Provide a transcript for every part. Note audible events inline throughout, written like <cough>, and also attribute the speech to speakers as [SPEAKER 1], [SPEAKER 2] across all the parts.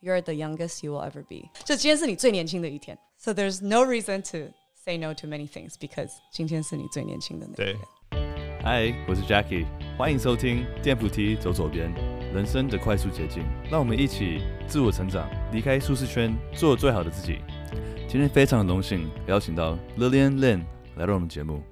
[SPEAKER 1] you're the youngest you will ever be. 就今天是你最年轻的一天，so there's no reason to say no to many things because 今天是你最年轻的那一
[SPEAKER 2] 对
[SPEAKER 1] 天。
[SPEAKER 2] 嗨，我是 Jackie，欢迎收听《电扶梯走左边》，人生的快速捷径，让我们一起自我成长，离开舒适圈，做最好的自己。今天非常荣幸邀请到 Lillian Lin 来到我们节目。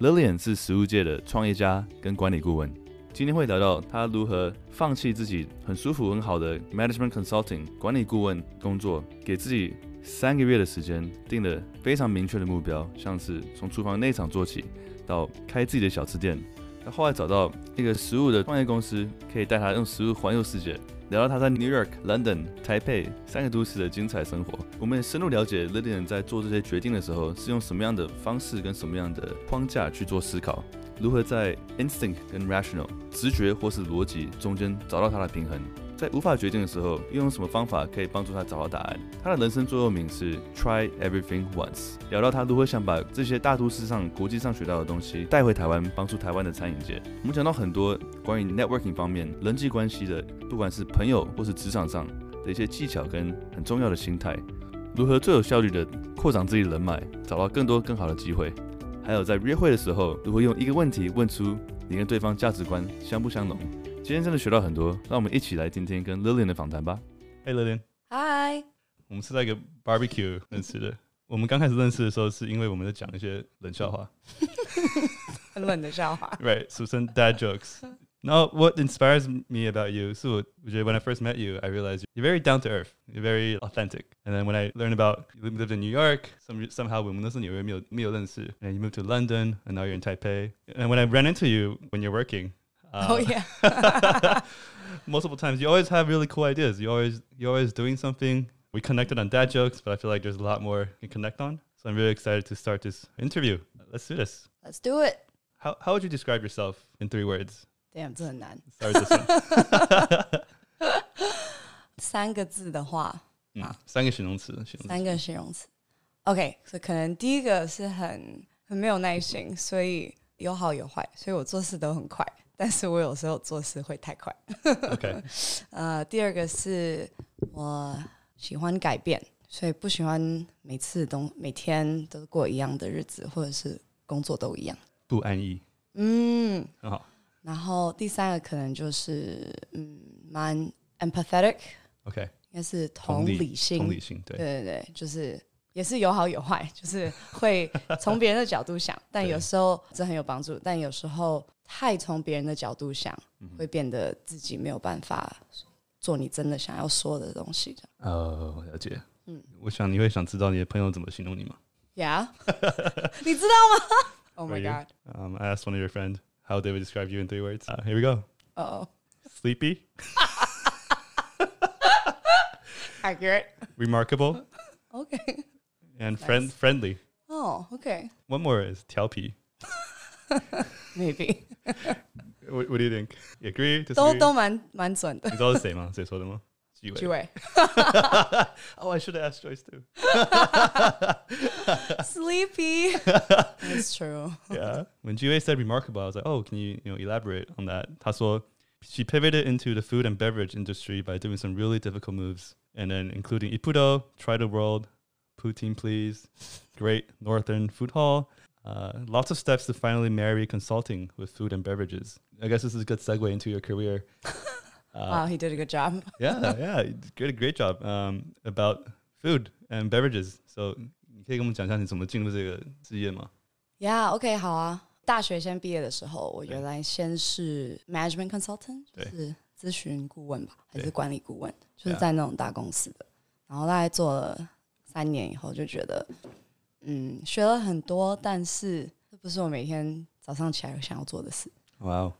[SPEAKER 2] Lillian 是食物界的创业家跟管理顾问，今天会聊到她如何放弃自己很舒服很好的 management consulting 管理顾问工作，给自己三个月的时间定了非常明确的目标，像是从厨房内场做起，到开自己的小吃店。那后来找到一个食物的创业公司，可以带他用食物环游世界，聊聊他在 New York、London、台北三个都市的精彩生活。我们也深入了解 Lillian 在做这些决定的时候，是用什么样的方式跟什么样的框架去做思考，如何在 instinct 跟 rational 直觉或是逻辑中间找到他的平衡。在无法决定的时候，又用什么方法可以帮助他找到答案？他的人生座右铭是 “Try everything once”，聊到他如何想把这些大都市上、国际上学到的东西带回台湾，帮助台湾的餐饮界。我们讲到很多关于 networking 方面、人际关系的，不管是朋友或是职场上的一些技巧跟很重要的心态，如何最有效率的扩展自己的人脉，找到更多更好的机会，还有在约会的时候，如何用一个问题问出你跟对方价值观相不相容。今天真的学到很多，让我们一起来听听跟 Lillian 的访谈吧。
[SPEAKER 3] 嘿，Lilian，
[SPEAKER 1] Hi，
[SPEAKER 3] 我们是在一个 barbecue 认识的。我们刚开始认识的时候，是因为我们在讲一些冷笑话
[SPEAKER 1] 很冷的笑 <laughs> 话。
[SPEAKER 3] ，right？俗称 dad jokes。然后 what inspires me about you 是我我觉得 when I first met you, I realized you're very down to earth, you're very authentic. And then when I learned about you lived in New York, some somehow 我们那时候你没有没有认识，and then you moved to London, and now you're in Taipei. And when I ran into you when you're working, uh,
[SPEAKER 1] Oh yeah，
[SPEAKER 3] <laughs> multiple times. You always have really cool ideas. You always you're always doing something. We connected on dad jokes, but I feel like there's a lot more you can connect on. So I'm really excited to start this interview. Let's do this.
[SPEAKER 1] let's do it。
[SPEAKER 3] How how would you describe yourself in three words?
[SPEAKER 1] Damn，这很 <laughs> 难。
[SPEAKER 3] Start with this one.
[SPEAKER 1] 三个字的话，
[SPEAKER 3] 嗯三个形容词，形容词。
[SPEAKER 1] 三个形容词。OK，所以可能第一个是很很没有耐心，所以有好有坏，所以我做事都很快，但是我有时候做事会太快。
[SPEAKER 3] Okay.
[SPEAKER 1] 呃，第二个是我喜欢改变，所以不喜欢每次都每天都过一样的日子，或者是工作都一样。
[SPEAKER 3] 不安逸。
[SPEAKER 1] 嗯，
[SPEAKER 3] 很好。
[SPEAKER 1] 然后第三个可能就是嗯，蛮 empathetic，
[SPEAKER 3] Okay.
[SPEAKER 1] 应该是同理心。
[SPEAKER 3] 同理心，对。
[SPEAKER 1] 对对对，就是也是有好有坏， <laughs> 就是会从别人的角度 <laughs> 想，但
[SPEAKER 3] 对
[SPEAKER 1] 有时候这很有帮助，但有时候太从别人的角度想，会变得自己没有办法做你真的想要说的东西。
[SPEAKER 3] 哦，了解。我想你会想知道你的朋友怎么形容你吗？
[SPEAKER 1] 这样 <laughs> Yeah，你知道吗？Oh my
[SPEAKER 3] Right here.
[SPEAKER 1] god！
[SPEAKER 3] Um, I asked one of your friends how they would describe you in three words. Uh, here we go.
[SPEAKER 1] 哦、
[SPEAKER 3] Sleepy,
[SPEAKER 1] a c c u r a t e
[SPEAKER 3] remarkable,
[SPEAKER 1] o k
[SPEAKER 3] and friend friendly.
[SPEAKER 1] 哦、o k
[SPEAKER 3] One more is 调皮。
[SPEAKER 1] m a y b <laughs> e
[SPEAKER 3] What, what do you think? You agree? Disagree?
[SPEAKER 1] 都都蛮蛮准的。
[SPEAKER 3] 你知道是谁吗？谁说的吗？纪委。
[SPEAKER 1] 聚 <laughs> 会
[SPEAKER 3] <laughs> Oh, I should have asked Joyce too.
[SPEAKER 1] <laughs> ，sleepy，that's true。
[SPEAKER 3] Yeah. When Jiwei said remarkable, I was like, oh, can you you know elaborate on that? 她说 she pivoted into the food and beverage industry by doing some really difficult moves, and then including Ipudo, Try the World, Poutine Please, Great Northern Food Hall. Uh, lots of steps to finally marry consulting with food and beverages. I guess this is a good segue into your career. Uh,
[SPEAKER 1] Wow, he did a good job.
[SPEAKER 3] yeah, <laughs> yeah, you did a great job um, about food and beverages. So 你可以跟我们讲一下你怎么进入这个职业吗？
[SPEAKER 1] 呀、yeah,，OK，好啊。大学先毕业的时候，我原来先是 management consultant，就
[SPEAKER 3] 对
[SPEAKER 1] 是咨询顾问吧，还
[SPEAKER 3] 对
[SPEAKER 1] 是管理顾问，就是
[SPEAKER 3] 对啊
[SPEAKER 1] 在那种大公司的。然后大概做了三年以后，就觉得，嗯，学了很多，但是这不是我每天早上起来想要做的事。
[SPEAKER 3] Wow.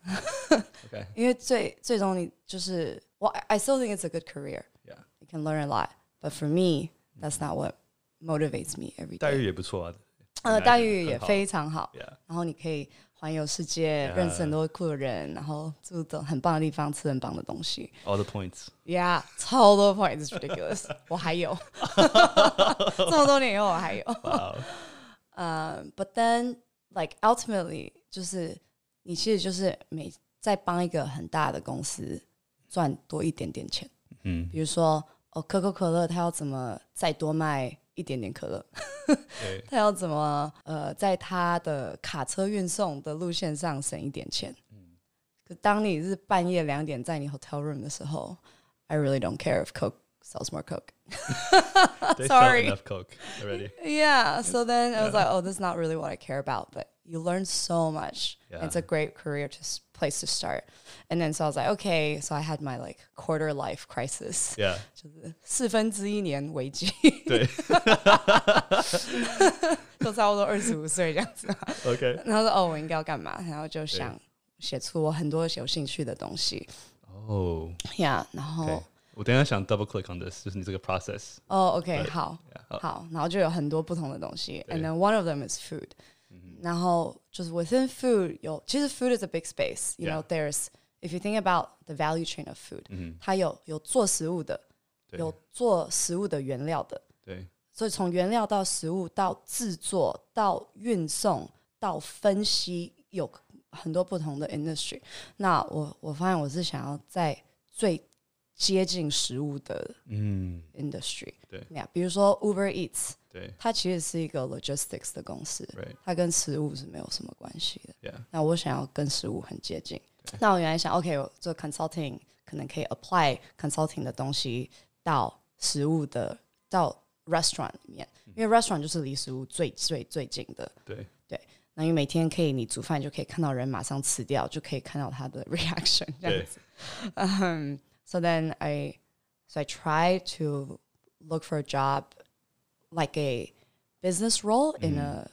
[SPEAKER 3] okay.
[SPEAKER 1] 因为最最终你就是我、i still think it's a good career.
[SPEAKER 3] Yeah.
[SPEAKER 1] You can learn a lot, but for me, that's not what motivates me every day.
[SPEAKER 3] 待遇也不错啊。
[SPEAKER 1] 呃，
[SPEAKER 3] imagine
[SPEAKER 1] 待遇也
[SPEAKER 3] 很好
[SPEAKER 1] 非常好。
[SPEAKER 3] Yeah.
[SPEAKER 1] 然后你可以环游世界
[SPEAKER 3] Yeah.
[SPEAKER 1] 认识很多酷的人，然后住的很棒的地方，吃很棒的东西。
[SPEAKER 3] All the points.
[SPEAKER 1] Yeah，超多 points ridiculous，我还有， <laughs> 这么多年以后我还有。 <laughs>
[SPEAKER 3] Wow.
[SPEAKER 1] 呃、b u t then like ultimately 就是你其实就是每在帮一个很大的公司赚多一点点钱。
[SPEAKER 3] 嗯
[SPEAKER 1] 比如说哦，可口可乐它要怎么再多卖一点点可乐？
[SPEAKER 3] 对
[SPEAKER 1] <laughs> 它要怎么呃，在它的卡车运送的路线上省一点钱？可当你是半夜两点在你 hotel room 的时候，I really don't care if Coke sells more Coke.
[SPEAKER 3] they
[SPEAKER 1] Sorry.
[SPEAKER 3] sell enough Coke already.
[SPEAKER 1] Yeah. So then I was
[SPEAKER 3] yeah.
[SPEAKER 1] like, oh, this is not really what I care about. But you learn so much.
[SPEAKER 3] Yeah.
[SPEAKER 1] It's a great career to s- place to start. And then so I was like, okay. So I had my like quarter life crisis.
[SPEAKER 3] Yeah.
[SPEAKER 1] 四分之一年危机，
[SPEAKER 3] 对，
[SPEAKER 1] <laughs>
[SPEAKER 3] <laughs>
[SPEAKER 1] 都差不多二十五岁这样子。
[SPEAKER 3] Okay.
[SPEAKER 1] 然后说哦，我应该要干嘛？然后就想写出我很多有兴趣的东西
[SPEAKER 3] Oh.
[SPEAKER 1] 呀。Yeah, 然后
[SPEAKER 3] Okay. 我等一下想 double click on this. this，就是你这个 process。
[SPEAKER 1] 哦，OK，好
[SPEAKER 3] Yeah. Oh. 好
[SPEAKER 1] 好，然后就有很多不同的东西
[SPEAKER 3] 呃对嗯
[SPEAKER 1] ，and then one of them is food。然后就是 within food 有，其实 food is a big space。You
[SPEAKER 3] Yeah.
[SPEAKER 1] know, there's if you think about the value chain of food，
[SPEAKER 3] 嗯哼，
[SPEAKER 1] 它有有做食物的，
[SPEAKER 3] 对，
[SPEAKER 1] 有做食物的原料的，
[SPEAKER 3] 对，
[SPEAKER 1] 所以从原料到食物到制作到运送到分析，有很多不同的 industry。那我我发现我是想要在最接近食物的
[SPEAKER 3] Mm-hmm.
[SPEAKER 1] industry。
[SPEAKER 3] 对
[SPEAKER 1] 那比如说 Uber Eats，
[SPEAKER 3] 嗯，对，right，
[SPEAKER 1] 它其实是一个 logistics 的公司，它跟食物是没有什么关系的。
[SPEAKER 3] yeah.
[SPEAKER 1] 那我想要跟食物很接近。那我原来想，OK，我做 consulting 可能可以 apply consulting 的东西到食物的到 restaurant 里面，因为 restaurant 就是离食物最最最近的。
[SPEAKER 3] 对，
[SPEAKER 1] 那因为每天可以你煮饭就可以看到人马上吃掉，就可以看到他的 <laughs> reaction 这样子。嗯 so then I so I try to look for a job like a business role in a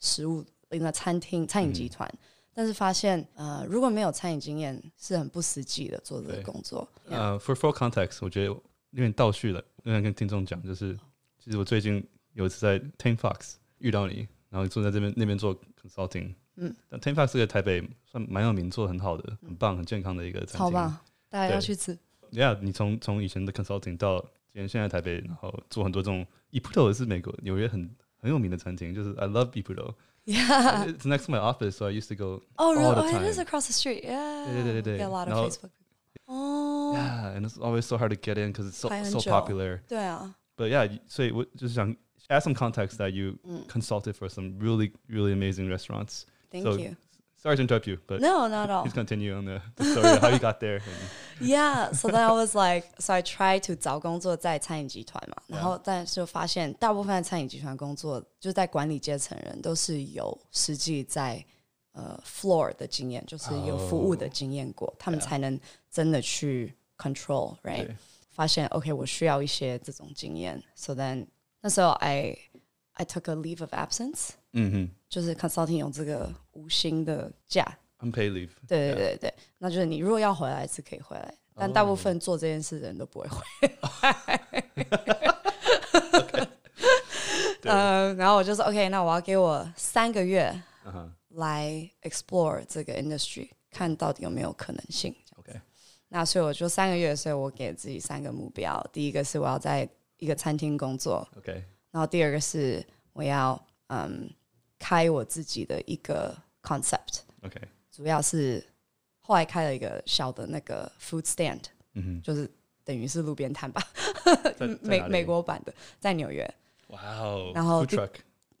[SPEAKER 1] 食物 in a 餐厅餐饮集团。但是发现，呃，如果没有餐饮经验，是很不实际的做这个
[SPEAKER 3] 对
[SPEAKER 1] 工作。Yeah.
[SPEAKER 3] 呃、f o r full context，我觉得有点倒叙了。我想跟听众讲，就是其实我最近有一次在 Ten Fox 遇到你，然后坐在这边那边做 consulting。
[SPEAKER 1] 嗯。
[SPEAKER 3] 但 Ten Fox 这个台北算蛮有名，做得很好的，很棒，很健康的一个餐厅。
[SPEAKER 1] 超棒，大家要
[SPEAKER 3] 对
[SPEAKER 1] 去
[SPEAKER 3] <laughs>
[SPEAKER 1] 吃。
[SPEAKER 3] Yeah，你从从以前的 consulting 到今天现在台北，然后做很多这种 i p u t o 是美国纽约很很有名的餐厅，就是 I love i p u t
[SPEAKER 1] <laughs>
[SPEAKER 3] o
[SPEAKER 1] Yeah.
[SPEAKER 3] It's next to my office, so I used to
[SPEAKER 1] <laughs>
[SPEAKER 3] go.
[SPEAKER 1] Oh,
[SPEAKER 3] all
[SPEAKER 1] really?
[SPEAKER 3] the
[SPEAKER 1] Oh, it is
[SPEAKER 3] time.
[SPEAKER 1] across the street. Yeah.
[SPEAKER 3] 对对对对
[SPEAKER 1] Get a lot
[SPEAKER 3] 然后
[SPEAKER 1] of Facebook. people. 哦，
[SPEAKER 3] Yeah, and it's always so hard to get in because it's so
[SPEAKER 1] 排很
[SPEAKER 3] so
[SPEAKER 1] 久
[SPEAKER 3] popular.
[SPEAKER 1] 对啊，
[SPEAKER 3] But yeah, y- 所以我就是想 add some context that you
[SPEAKER 1] 嗯
[SPEAKER 3] consulted for some really really amazing restaurants.
[SPEAKER 1] ，Thank
[SPEAKER 3] So-
[SPEAKER 1] you.
[SPEAKER 3] Sorry to interrupt you, but
[SPEAKER 1] No, not at all.
[SPEAKER 3] <laughs> please continue on the, the story of how you got there. and-
[SPEAKER 1] Yeah. So then I was like, so I tried to 找工作在餐饮集团嘛，
[SPEAKER 3] Yeah.
[SPEAKER 1] 然后但是就发现大部分的餐饮集团工作就在管理阶层人都是有实际在呃 floor 的经验，就是有服务的经验过，他们
[SPEAKER 3] Yeah.
[SPEAKER 1] 才能真的去 control <laughs> right。
[SPEAKER 3] 对
[SPEAKER 1] 发现 OK，我需要一些这种经验。So then 那时候 I I took a leave of absence，
[SPEAKER 3] 嗯哼
[SPEAKER 1] 就是 consulting 有这个无薪的假，
[SPEAKER 3] ，unpaid leave.
[SPEAKER 1] 对对对对，那就是你如果要回来是可以回来，但大部
[SPEAKER 3] 哦
[SPEAKER 1] 分做这件事的人都不会
[SPEAKER 3] <laughs>
[SPEAKER 1] 回来。呃，然后我就说 OK，那我要给我三个月
[SPEAKER 3] 嗯哼
[SPEAKER 1] 来 explore 这个 industry，看到底有没有可能性。
[SPEAKER 3] ，OK，
[SPEAKER 1] 那所以我就三个月，所以我给自己三个目标：第一个是我要在一个餐厅工作，
[SPEAKER 3] OK，
[SPEAKER 1] 然后第二个是我要嗯开我自己的一个 concept，
[SPEAKER 3] OK，
[SPEAKER 1] 主要是后来开了一个小的那个 food stand，
[SPEAKER 3] 嗯哼
[SPEAKER 1] 就是等于是路边摊吧， <laughs>
[SPEAKER 3] 在在
[SPEAKER 1] 美
[SPEAKER 3] 哪里
[SPEAKER 1] 美国版的，在纽约
[SPEAKER 3] Wow.
[SPEAKER 1] 然后
[SPEAKER 3] food
[SPEAKER 1] 第-
[SPEAKER 3] truck.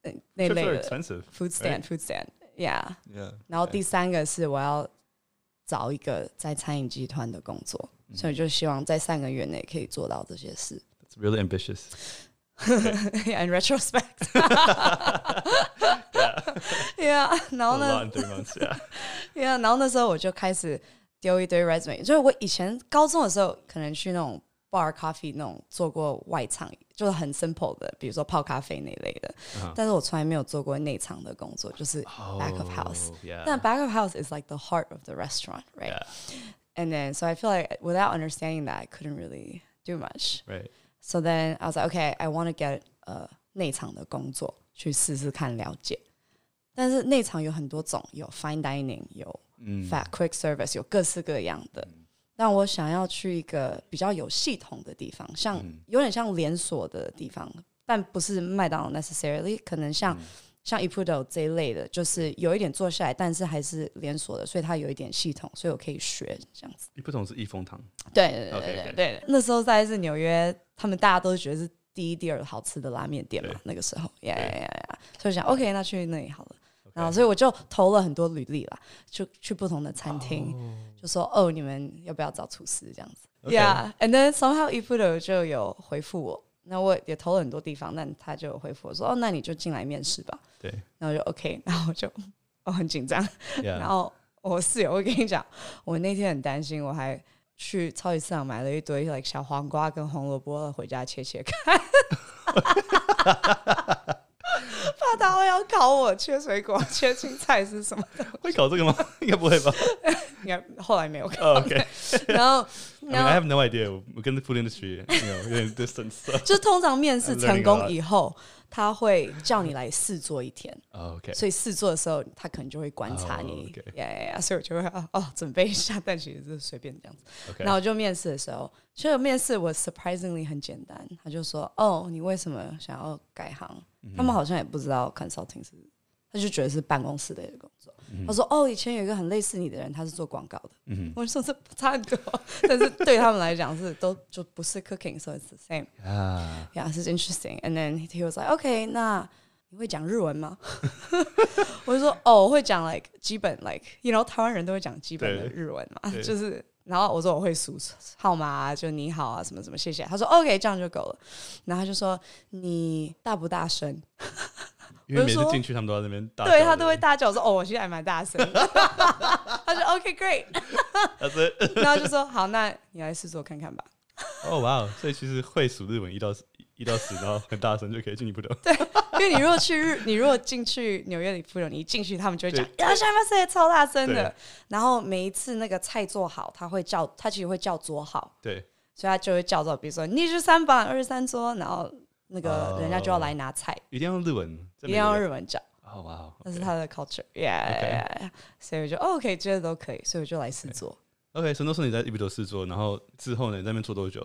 [SPEAKER 1] 呃那
[SPEAKER 3] Trips
[SPEAKER 1] 类
[SPEAKER 3] are
[SPEAKER 1] 的
[SPEAKER 3] expensive. Mm-hmm.
[SPEAKER 1] food
[SPEAKER 3] right?
[SPEAKER 1] stand，food stand，yeah。
[SPEAKER 3] Yeah.
[SPEAKER 1] 然后
[SPEAKER 3] Okay.
[SPEAKER 1] 第三个是我要找一个在餐饮集团的工作，
[SPEAKER 3] 嗯
[SPEAKER 1] 所以就希望在三个月内可以做到这些事。 <laughs>
[SPEAKER 3] It's really ambitious. <laughs>
[SPEAKER 1] In retrospect, yeah，然
[SPEAKER 3] A
[SPEAKER 1] 后呢
[SPEAKER 3] lot in three
[SPEAKER 1] <laughs>
[SPEAKER 3] months. Yeah.
[SPEAKER 1] Yeah，然后那时候我就开始丢一堆 resume，就是我以前高中的时候，可能去那种 bar coffee 那种做过外场，就是很 simple 的，比如说泡咖啡那类的。但是我从来没有做过内场的工作，就是 back of house。
[SPEAKER 3] Oh, yeah.
[SPEAKER 1] 但 back of house is like the heart of the restaurant, right?
[SPEAKER 3] Yeah.
[SPEAKER 1] And then so I feel like without understanding that, I couldn't really do much.
[SPEAKER 3] Right.
[SPEAKER 1] So then I was like, okay, I want to get 呃内场的工作去试试看了解。但是内场有很多种，有 fine dining，有
[SPEAKER 3] 嗯 Mm-hmm.
[SPEAKER 1] fat quick service，有各式各样的。但我想要去一个比较有系统的地方，
[SPEAKER 3] 嗯嗯 Mm-hmm.
[SPEAKER 1] 像有点像连锁的地方，但不是麦当劳 necessarily，可能像像 Ipudo 这一类的，就是有一点做下来，但是还是连锁的，所以它有一点系统，所以我可以学这样子。
[SPEAKER 3] 不同是益丰堂，
[SPEAKER 1] 对对对
[SPEAKER 3] OK，OK
[SPEAKER 1] 对对对那时候在是纽约，他们大家都觉得是第一、第二好吃的拉面店嘛
[SPEAKER 3] 对，
[SPEAKER 1] 那个时候，呀
[SPEAKER 3] 对
[SPEAKER 1] 呀呀呀，所以想 OK，那去那里好了。然后，所以我就投了很多履历啦，就去不同的餐厅就说哦，你们要不要找厨师这样子
[SPEAKER 3] OK
[SPEAKER 1] Yeah，and then somehow Ipudo 就有回复我，那我也投了很多地方，但他就有回复我说哦，那你就进来面试吧。
[SPEAKER 3] 对
[SPEAKER 1] 然后我就 OK，然后我就我很紧张，然
[SPEAKER 3] ，Yeah， <laughs>
[SPEAKER 1] 后我室友，我跟你讲， <laughs> 我那天很担心，我还去超级市场买了一堆 like 小黄瓜跟红萝卜回家切切看， <laughs> 怕他会要考我切水果、切青菜是什么，
[SPEAKER 3] 会搞这个吗？ <laughs> 应该不会吧
[SPEAKER 1] 应该后来没有考。
[SPEAKER 3] Oh,？OK，
[SPEAKER 1] <laughs> 然
[SPEAKER 3] <laughs>
[SPEAKER 1] 后，
[SPEAKER 3] I mean
[SPEAKER 1] 然
[SPEAKER 3] I
[SPEAKER 1] 后
[SPEAKER 3] have no idea，我我跟 the food industry you know 有点 distance，so-
[SPEAKER 1] 就通常面试
[SPEAKER 3] I'm learning
[SPEAKER 1] 成
[SPEAKER 3] a lot.
[SPEAKER 1] 功以后，他会叫你来试做一
[SPEAKER 3] <laughs>
[SPEAKER 1] 天。
[SPEAKER 3] Oh, OK，
[SPEAKER 1] 所以试做的时候，他可能就会观察
[SPEAKER 3] 哦
[SPEAKER 1] 你
[SPEAKER 3] ，OK，
[SPEAKER 1] 呀呀呀，所以我就会哦哦准备一下，但其实就是随便这样子。
[SPEAKER 3] OK
[SPEAKER 1] 然后我就面试的时候，其实我面试我 surprisingly 很简单，他就说哦，你为什么想要改行？
[SPEAKER 3] 嗯
[SPEAKER 1] 他们好像也不知道 consulting 是，他就觉得是办公室类的工作。
[SPEAKER 3] 嗯
[SPEAKER 1] 他说哦，以前有一个很类似你的人，他是做广告的。我就说这差很多， <laughs> 但是对他们来讲是都就不是 cooking，so it's the same。
[SPEAKER 3] 啊
[SPEAKER 1] Yeah, this is interesting. And then he was like, okay, 那你会讲日文
[SPEAKER 3] <laughs>
[SPEAKER 1] 吗？我就说，哦，我会讲 like 基本 like you know 台湾人都会讲基本的
[SPEAKER 3] 对
[SPEAKER 1] 日文嘛
[SPEAKER 3] 对，
[SPEAKER 1] 就是然后我说我会数号码啊，就你好啊，什么什么谢谢啊。他说 OK，这样就够了。然后他就说你大不大声？
[SPEAKER 3] 因为
[SPEAKER 1] 我
[SPEAKER 3] 每
[SPEAKER 1] 就
[SPEAKER 3] 次
[SPEAKER 1] 说
[SPEAKER 3] 进去他们都在那边大，
[SPEAKER 1] 对他都会，大叫。我说哦，我现在还蛮大声的。 <laughs> 他说 OK great，
[SPEAKER 3] 但是
[SPEAKER 1] <laughs> 然后就说好，那你来试做看看吧。
[SPEAKER 3] <laughs> 哦哇哦，所以其实会数日文一到一到十，然后很大声就可以进一步的。 <laughs>
[SPEAKER 1] 因为你如果去日，你如果进去纽约里夫人，你一进去他们就会讲
[SPEAKER 3] 对
[SPEAKER 1] “啊，下面谁超大声
[SPEAKER 3] 对
[SPEAKER 1] 的”，然后每一次那个菜做好，他会叫他其实会叫桌号，
[SPEAKER 3] 对
[SPEAKER 1] 所以他就会叫到，比如说你是三班二十三桌，然后那
[SPEAKER 3] 哦
[SPEAKER 1] 个人家就要来拿菜，
[SPEAKER 3] 一定要用日文，
[SPEAKER 1] 一定要用日
[SPEAKER 3] 文。
[SPEAKER 1] 文讲，
[SPEAKER 3] 哦哇哦，
[SPEAKER 1] 那是他的 culture，yeah，, yeah, yeah. 所以我就、哦、OK，这些都可以，所以我就来试做。
[SPEAKER 3] OK，所以那时候你在 Ibido 试做，然后之后呢，你在那边做多久？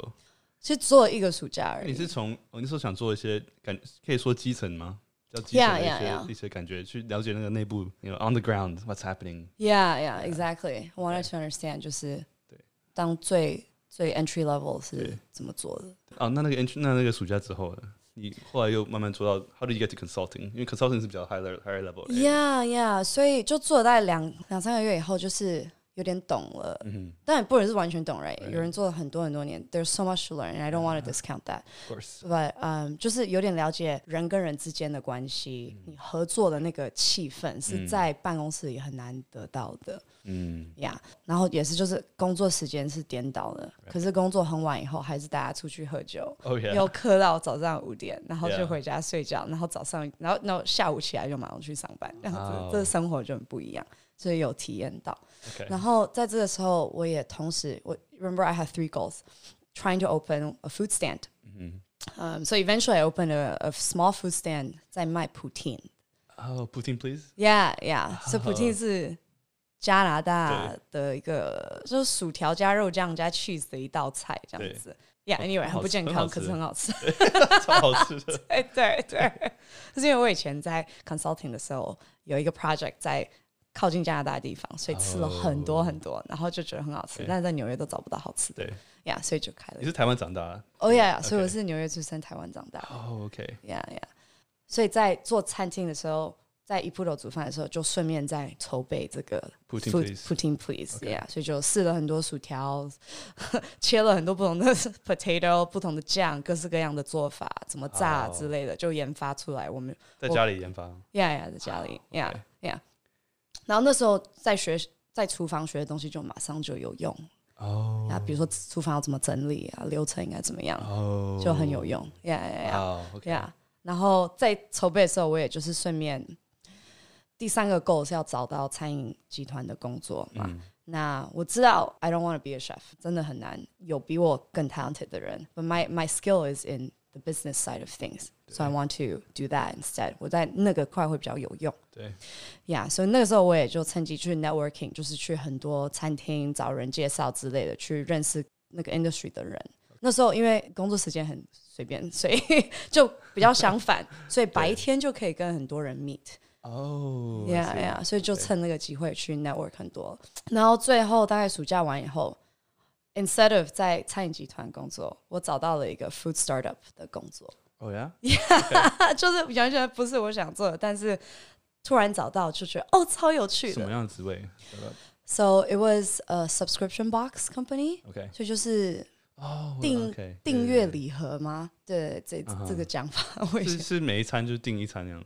[SPEAKER 1] 其实做了一个暑假而
[SPEAKER 3] 你
[SPEAKER 1] 已，
[SPEAKER 3] 是从我那时候想做一些感，可以说基层吗？叫基层的一些
[SPEAKER 1] Yeah, yeah, yeah.
[SPEAKER 3] 一些感觉，去了解那个内部，you know on the ground what's happening。
[SPEAKER 1] Yeah, yeah, exactly. I wanted to understand 就是
[SPEAKER 3] 对
[SPEAKER 1] 当最最 entry level
[SPEAKER 3] 对
[SPEAKER 1] 是怎么做的。
[SPEAKER 3] 哦，那那个 ent- 那那个暑假之后呢，你后来又慢慢做到 how do you get to consulting？因为 consulting 是比较 high level high level 的。
[SPEAKER 1] Yeah, yeah，所以就做了大概两两三个月以后，就是有点懂了。
[SPEAKER 3] 嗯
[SPEAKER 1] 当然不能是完全懂，right？
[SPEAKER 3] Right.
[SPEAKER 1] 有人做了很多很多年，there's so much to learn，and I don't want to discount that。
[SPEAKER 3] ，of course。
[SPEAKER 1] But 嗯、就是有点了解人跟人之间的关系，你合作的那个气氛是在办公室里很难得到的。
[SPEAKER 3] 嗯，
[SPEAKER 1] 呀、然后也是就是工作时间是颠倒的，可是工作很晚以后还是大家出去喝酒。
[SPEAKER 3] 哦耶，
[SPEAKER 1] 又课到早上五点，然后
[SPEAKER 3] Yeah.
[SPEAKER 1] 就回家睡觉，然后早上，然后然后下午起来就马上去上班，这样子
[SPEAKER 3] 哦
[SPEAKER 1] 这生活就很不一样，所以有体验到。
[SPEAKER 3] OK，
[SPEAKER 1] 然后在这个时候，我也同时，我 remember I had three goals, trying to open a food stand.
[SPEAKER 3] 嗯，
[SPEAKER 1] Um, so eventually I opened a, a small food stand 在卖 poutine.
[SPEAKER 3] 哦，Putin please。 <laughs>
[SPEAKER 1] Yeah, yeah. So
[SPEAKER 3] 哦
[SPEAKER 1] poutine 是加拿大的一个，就是薯条加肉酱加 cheese 的一道菜，这
[SPEAKER 3] 对
[SPEAKER 1] 样子。Yeah,
[SPEAKER 3] 好
[SPEAKER 1] anyway，
[SPEAKER 3] 很
[SPEAKER 1] 很
[SPEAKER 3] 好
[SPEAKER 1] 不
[SPEAKER 3] 吃
[SPEAKER 1] 健
[SPEAKER 3] 很好
[SPEAKER 1] 康，可
[SPEAKER 3] 吃
[SPEAKER 1] 是很好吃。
[SPEAKER 3] 超好吃的。
[SPEAKER 1] <laughs> 对对对， <laughs> 就是因为我以前在 consulting 的时候有一个 project 在靠近加拿大的地方，所以吃了很
[SPEAKER 3] 哦
[SPEAKER 1] 多很多，然后就觉得很好吃
[SPEAKER 3] 对，
[SPEAKER 1] 但是在纽约都找不到好吃的
[SPEAKER 3] 对，
[SPEAKER 1] 呀所以就开
[SPEAKER 3] 你
[SPEAKER 1] 了。
[SPEAKER 3] 是台湾长大的。
[SPEAKER 1] 哦呀，所以我
[SPEAKER 3] OK
[SPEAKER 1] 是纽约出生，台湾长大的，
[SPEAKER 3] 哦，OK，
[SPEAKER 1] 呀呀，所以在做餐厅的时候。在一铺头煮饭的时候，就顺便在筹备这个
[SPEAKER 3] Poutine
[SPEAKER 1] food-
[SPEAKER 3] please
[SPEAKER 1] poutine please，yeah，所以就试了很多薯条， <laughs> 切了很多不同的 <laughs> potato，不同的酱，各式各样的做法，怎么炸
[SPEAKER 3] 哦
[SPEAKER 1] 之类的，就研发出来。我们
[SPEAKER 3] 在家里研发。
[SPEAKER 1] Yeah, yeah，在家里
[SPEAKER 3] 哦
[SPEAKER 1] ，Yeah,
[SPEAKER 3] OK
[SPEAKER 1] yeah。然后那时候在学在厨房学的东西就马上就有用
[SPEAKER 3] 哦
[SPEAKER 1] 啊，比如说厨房要怎么整理啊，流程应该怎么样，
[SPEAKER 3] 哦
[SPEAKER 1] 就很有用。Yeah, yeah,
[SPEAKER 3] 哦
[SPEAKER 1] yeah,
[SPEAKER 3] ，OK，
[SPEAKER 1] yeah。然后在筹备的时候，我也就是顺便第三个 goal 是要找到餐饮集团的工作嘛。
[SPEAKER 3] 嗯
[SPEAKER 1] 那我知道 I don't want to be a chef，真的很难，有比我更 talented 的人。But my my skill is in the business side of things, so I want to do that instead。我在那个块会比较有用。
[SPEAKER 3] 对，
[SPEAKER 1] 呀，所以那个时候我也就趁机去 networking，就是去很多餐厅找人介绍之类的，去认识那个 industry 的人。那时候因为工作时间很随便，所以 <laughs> 就比较相反，所以白天就可以跟很多人 meet。
[SPEAKER 2] 哦
[SPEAKER 1] Yeah, yeah，所以就趁那个机会去 network 很多。然后最后大概暑假完以后，instead of 在餐饮集团工作，我找到了一个 food startup 的工作， <laughs>
[SPEAKER 2] 哦呀，
[SPEAKER 1] 就是完全不是我想做的，但是突然找到就觉得哦超有趣
[SPEAKER 3] 什么
[SPEAKER 1] 的。
[SPEAKER 3] 样的职位
[SPEAKER 1] So it was a subscription box company，
[SPEAKER 2] OK，
[SPEAKER 1] 所以就是
[SPEAKER 3] 哦
[SPEAKER 1] 订
[SPEAKER 3] OK，对
[SPEAKER 1] 订阅
[SPEAKER 3] 对
[SPEAKER 1] 礼盒吗？对，这
[SPEAKER 2] 嗯哼
[SPEAKER 1] 这个讲
[SPEAKER 3] <laughs>
[SPEAKER 1] 法我
[SPEAKER 3] 对
[SPEAKER 1] 也
[SPEAKER 3] 是是每一餐就订一餐那样。